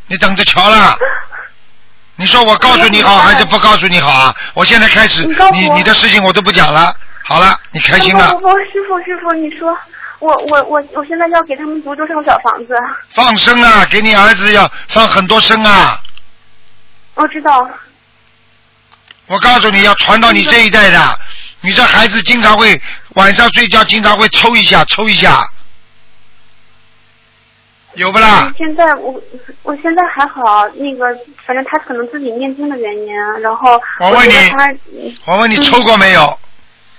[SPEAKER 1] 你等着瞧了。你说我告诉你好还是不告诉你好啊？我现在开始
[SPEAKER 5] 你告，诉
[SPEAKER 1] 你
[SPEAKER 5] 我
[SPEAKER 1] 你的事情我都不讲了。好了，你开心啊了
[SPEAKER 5] 不，不不，师傅师傅，你说我我我我现在要给他们读多少小房子？
[SPEAKER 1] 放生啊，给你儿子要放很多生啊。
[SPEAKER 5] 我知道。
[SPEAKER 1] 我告诉你要传到你这一代的，你这孩子经常会晚上睡觉经常会抽一下抽一下，有不啦？
[SPEAKER 5] 现在我我现在还好，那个反正他可能自己念经的原因，啊然后
[SPEAKER 1] 我问
[SPEAKER 5] 觉得
[SPEAKER 1] 你
[SPEAKER 5] 他
[SPEAKER 1] 我问你
[SPEAKER 5] 嗯
[SPEAKER 1] 抽过没有？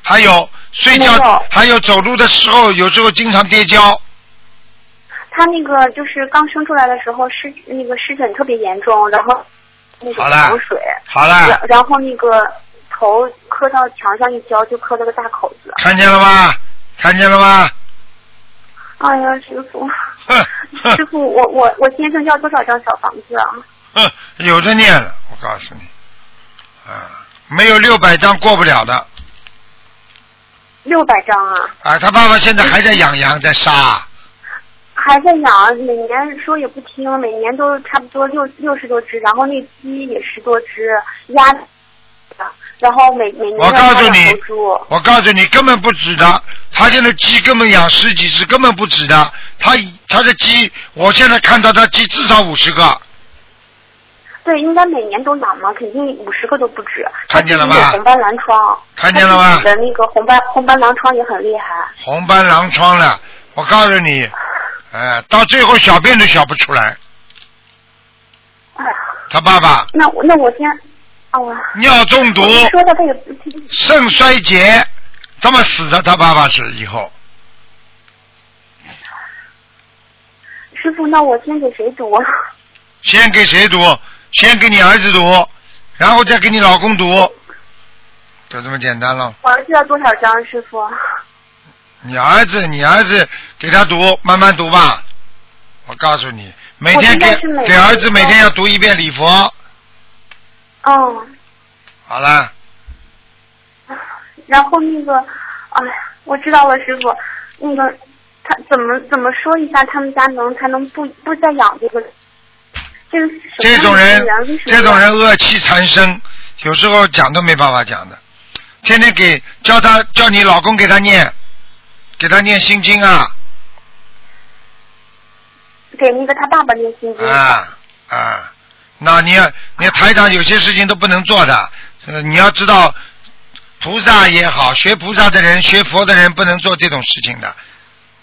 [SPEAKER 1] 还有睡
[SPEAKER 5] 没
[SPEAKER 1] 觉
[SPEAKER 5] 有，
[SPEAKER 1] 还有走路的时候，有时候经常跌跤。
[SPEAKER 5] 他那个就是刚生出来的时候湿那个湿疹特别严重，然后那个
[SPEAKER 1] 好了啊
[SPEAKER 5] 口水，
[SPEAKER 1] 好了
[SPEAKER 5] 然，然后那个头磕到墙上一跤，就磕了个大口子。
[SPEAKER 1] 看见了吗？看见了吗？
[SPEAKER 5] 哎呀，师 傅，
[SPEAKER 1] 哼
[SPEAKER 5] 师
[SPEAKER 1] 哼
[SPEAKER 5] 傅，我我我先生要多少张小房子啊？
[SPEAKER 1] 哼，有的念了，我告诉你，啊，没有六百张过不了的。
[SPEAKER 5] 六百张啊，
[SPEAKER 1] 啊，他爸爸现在还
[SPEAKER 5] 嗯
[SPEAKER 1] 在养羊，在杀，
[SPEAKER 5] 还在养，每年说也不听，每年都差不多六六十多只，然后那鸡也十多只，鸭，啊然后每每年
[SPEAKER 1] 我告诉你
[SPEAKER 5] 要养头猪，
[SPEAKER 1] 我告诉你，根本不止的。他现在鸡根本养十几只，根本不止的。他他的鸡，我现在看到他鸡至少五十个，
[SPEAKER 5] 对，应该每年都养嘛，肯定五十个都不止。
[SPEAKER 1] 看见了吧
[SPEAKER 5] 它自己有红斑狼疮，
[SPEAKER 1] 看见了吗
[SPEAKER 5] 它自己的那个红斑红斑狼疮也很厉害。
[SPEAKER 1] 红斑狼疮了。我告诉你，哎、到最后小便都小不出来。
[SPEAKER 5] 哎呀，
[SPEAKER 1] 他爸爸
[SPEAKER 5] 那我那我先，啊我。
[SPEAKER 1] 尿中毒。
[SPEAKER 5] 你说的他也不
[SPEAKER 1] 肾衰竭，这么死的他爸爸是以后，
[SPEAKER 5] 师傅，那我先给谁读啊？
[SPEAKER 1] 先给谁读？先给你儿子读，然后再给你老公读，就这么简单了。
[SPEAKER 5] 我儿子要多少张，师傅？啊
[SPEAKER 1] 你儿子，你儿子给他读，慢慢读吧。我告诉你，每天给
[SPEAKER 5] 我应该是每
[SPEAKER 1] 给儿子每天要读一遍礼佛，
[SPEAKER 5] 哦，
[SPEAKER 1] 好了，
[SPEAKER 5] 然后那个，哎呀，我知道了，师傅，那个他怎么怎么说一下，他们家能才能不不再养这个这个什么
[SPEAKER 1] 这
[SPEAKER 5] 样
[SPEAKER 1] 种
[SPEAKER 5] 的
[SPEAKER 1] 人
[SPEAKER 5] 为什么
[SPEAKER 1] 这种人恶气缠身，有时候讲都没办法讲的，天天给叫他叫你老公给他念，给他念心经啊
[SPEAKER 5] 给那个他爸爸念心经，
[SPEAKER 1] 啊啊，那你要你台长有些事情都不能做的，呃，你要知道。菩萨也好，学菩萨的人、学佛的人不能做这种事情的。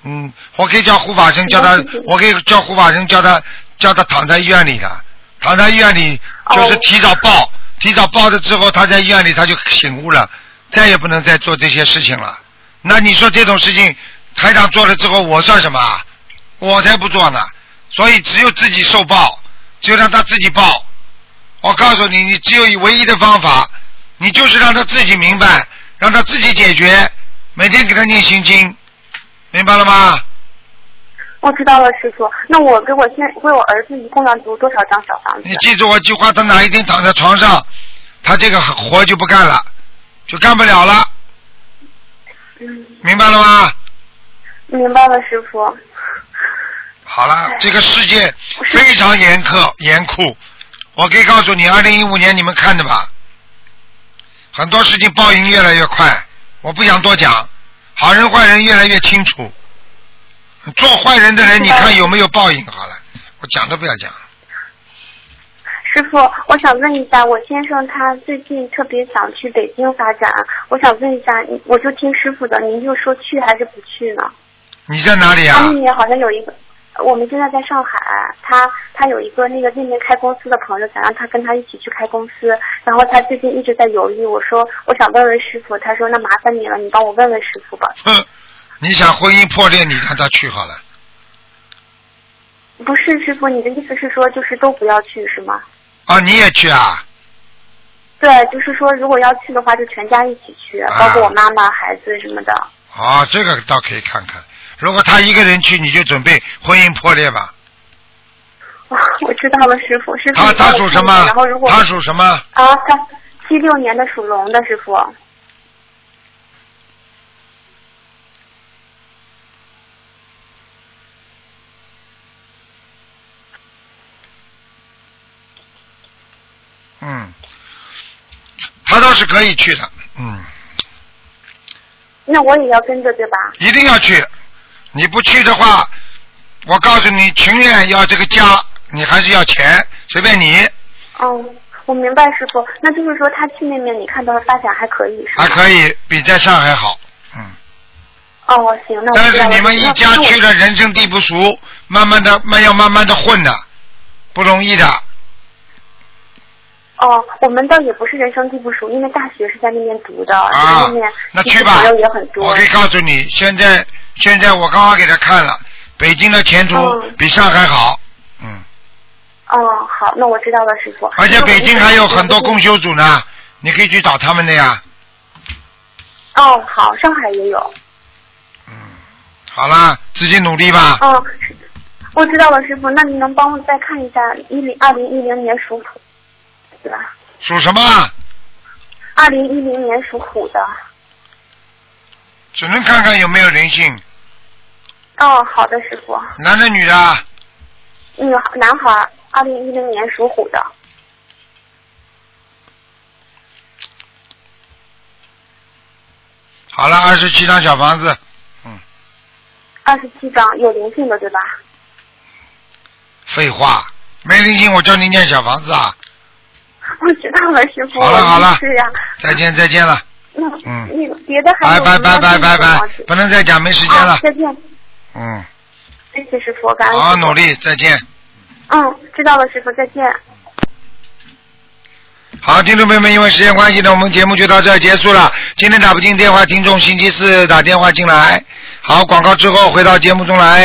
[SPEAKER 1] 嗯，我可以叫护法神叫他，我可以叫护法神叫他叫他躺在医院里的，躺在医院里就是提早报，提早报了之后，他在医院里他就醒悟了，再也不能再做这些事情了。那你说这种事情，台长做了之后，我算什么？啊？我才不做呢。所以只有自己受报，只有让他自己报。我告诉你，你只有唯一的方法，你就是让他自己明白，让他自己解决，每天给他念心经，明白了吗？
[SPEAKER 5] 我知道了，师傅。那我给我现为我儿子一共要读多少张小房子
[SPEAKER 1] 你？记住我句话，他哪一天躺在床上，他这个活就不干了，就干不了了，
[SPEAKER 5] 嗯，
[SPEAKER 1] 明白了吗？
[SPEAKER 5] 明白了，师傅。
[SPEAKER 1] 好了，这个世界
[SPEAKER 5] 是
[SPEAKER 1] 非常严苛严酷，我可以告诉你，二零一五年你们看的吧，很多事情报应越来越快，我不想多讲，好人坏人越来越清楚，做坏人的人你看有没有报应？好了，我讲都不要讲，
[SPEAKER 5] 师傅，我想问一下，我先生他最近特别想去北京发展，我想问一下，你我就听师傅的，您就说去还是不去呢？
[SPEAKER 1] 你在哪里
[SPEAKER 5] 他
[SPEAKER 1] 啊
[SPEAKER 5] 那？边好像有一个，我们现在在上海，他他有一个那个那边开公司的朋友，想让他跟他一起去开公司，然后他最近一直在犹豫。我说我想问问师傅，他说那麻烦你了，你帮我问问师傅吧。
[SPEAKER 1] 哼，你想婚姻破裂，你让他去好了。
[SPEAKER 5] 不是师傅，你的意思是说就是都不要去是吗？
[SPEAKER 1] 啊，你也去啊？
[SPEAKER 5] 对，就是说如果要去的话，就全家一起去，
[SPEAKER 1] 啊
[SPEAKER 5] 包括我妈妈、孩子什么的。
[SPEAKER 1] 啊，这个倒可以看看。如果他一个人去，你就准备婚姻破裂吧。
[SPEAKER 5] 哇， 我知道了，师傅，师傅。
[SPEAKER 1] 他
[SPEAKER 5] 你
[SPEAKER 1] 他
[SPEAKER 5] 帮我
[SPEAKER 1] 属
[SPEAKER 5] 看
[SPEAKER 1] 什
[SPEAKER 5] 一
[SPEAKER 1] 么
[SPEAKER 5] 下然后如？果
[SPEAKER 1] 他属什么？
[SPEAKER 5] 啊，他七六年的属龙的师傅，
[SPEAKER 1] 嗯，他倒是可以去的。嗯，
[SPEAKER 5] 那我也要跟着对吧？
[SPEAKER 1] 一定要去。你不去的话，我告诉你，情愿要这个家，你还是要钱，随便你，
[SPEAKER 5] 嗯，我明白师傅，那就是说他去那边你看到的发展还可以是吧？
[SPEAKER 1] 还可以比在上海好。嗯。
[SPEAKER 5] 哦，行，那我
[SPEAKER 1] 但
[SPEAKER 5] 知
[SPEAKER 1] 是
[SPEAKER 5] 道了
[SPEAKER 1] 你们一家去，了，人生地不熟，慢慢的，慢要慢慢的混的，不容易的。
[SPEAKER 5] 那我哦，我们倒也不是人生地不熟，因为大学是在那边读的，
[SPEAKER 1] 啊
[SPEAKER 5] 在那边，
[SPEAKER 1] 那
[SPEAKER 5] 其
[SPEAKER 1] 去
[SPEAKER 5] 实
[SPEAKER 1] 吧
[SPEAKER 5] 朋友也很。多
[SPEAKER 1] 我可。以告诉你，现在现在我刚刚给他看了，北京的前途
[SPEAKER 5] 嗯
[SPEAKER 1] 比上海好，嗯，
[SPEAKER 5] 哦，好，那我知道了，师傅。
[SPEAKER 1] 而且北京还有很多
[SPEAKER 5] 公。
[SPEAKER 1] 共修组呢，你可以去找他们的呀，
[SPEAKER 5] 哦，好，上海也有。
[SPEAKER 1] 嗯，好啦，自己努力吧，
[SPEAKER 5] 嗯，是我知道了，师傅。那您能帮我再看一下一零二零一零年属虎，对吧？
[SPEAKER 1] 属什么？
[SPEAKER 5] 二零一零年属虎的。
[SPEAKER 1] 只能看看有没有灵性，
[SPEAKER 5] 哦，好的，师傅。
[SPEAKER 1] 男的女的啊，
[SPEAKER 5] 女孩男孩，二零一零年属虎的。
[SPEAKER 1] 好了，二十七张小房子，
[SPEAKER 5] 二十七张有灵性的对吧？
[SPEAKER 1] 废话，没灵性我叫你念小房子啊，
[SPEAKER 5] 我知道了，师傅。
[SPEAKER 1] 好了好了
[SPEAKER 5] 是呀、
[SPEAKER 1] 再见再见了，
[SPEAKER 5] 那
[SPEAKER 1] 嗯
[SPEAKER 5] 那个别的还
[SPEAKER 1] 拜
[SPEAKER 5] 有
[SPEAKER 1] 拜拜拜拜拜，不能再讲，没时
[SPEAKER 5] 时
[SPEAKER 1] 间了，
[SPEAKER 5] 哦再见，
[SPEAKER 1] 嗯，
[SPEAKER 5] 谢谢师傅，感恩。
[SPEAKER 1] 好好努。力，再见。
[SPEAKER 5] 嗯，知道了，师傅，再见。
[SPEAKER 1] 好，听众朋友们，因为时间关系呢，我们节目就到这儿结束了。今天打不进电话，听众星期四打电话进来。好，广告之后回到节目中来。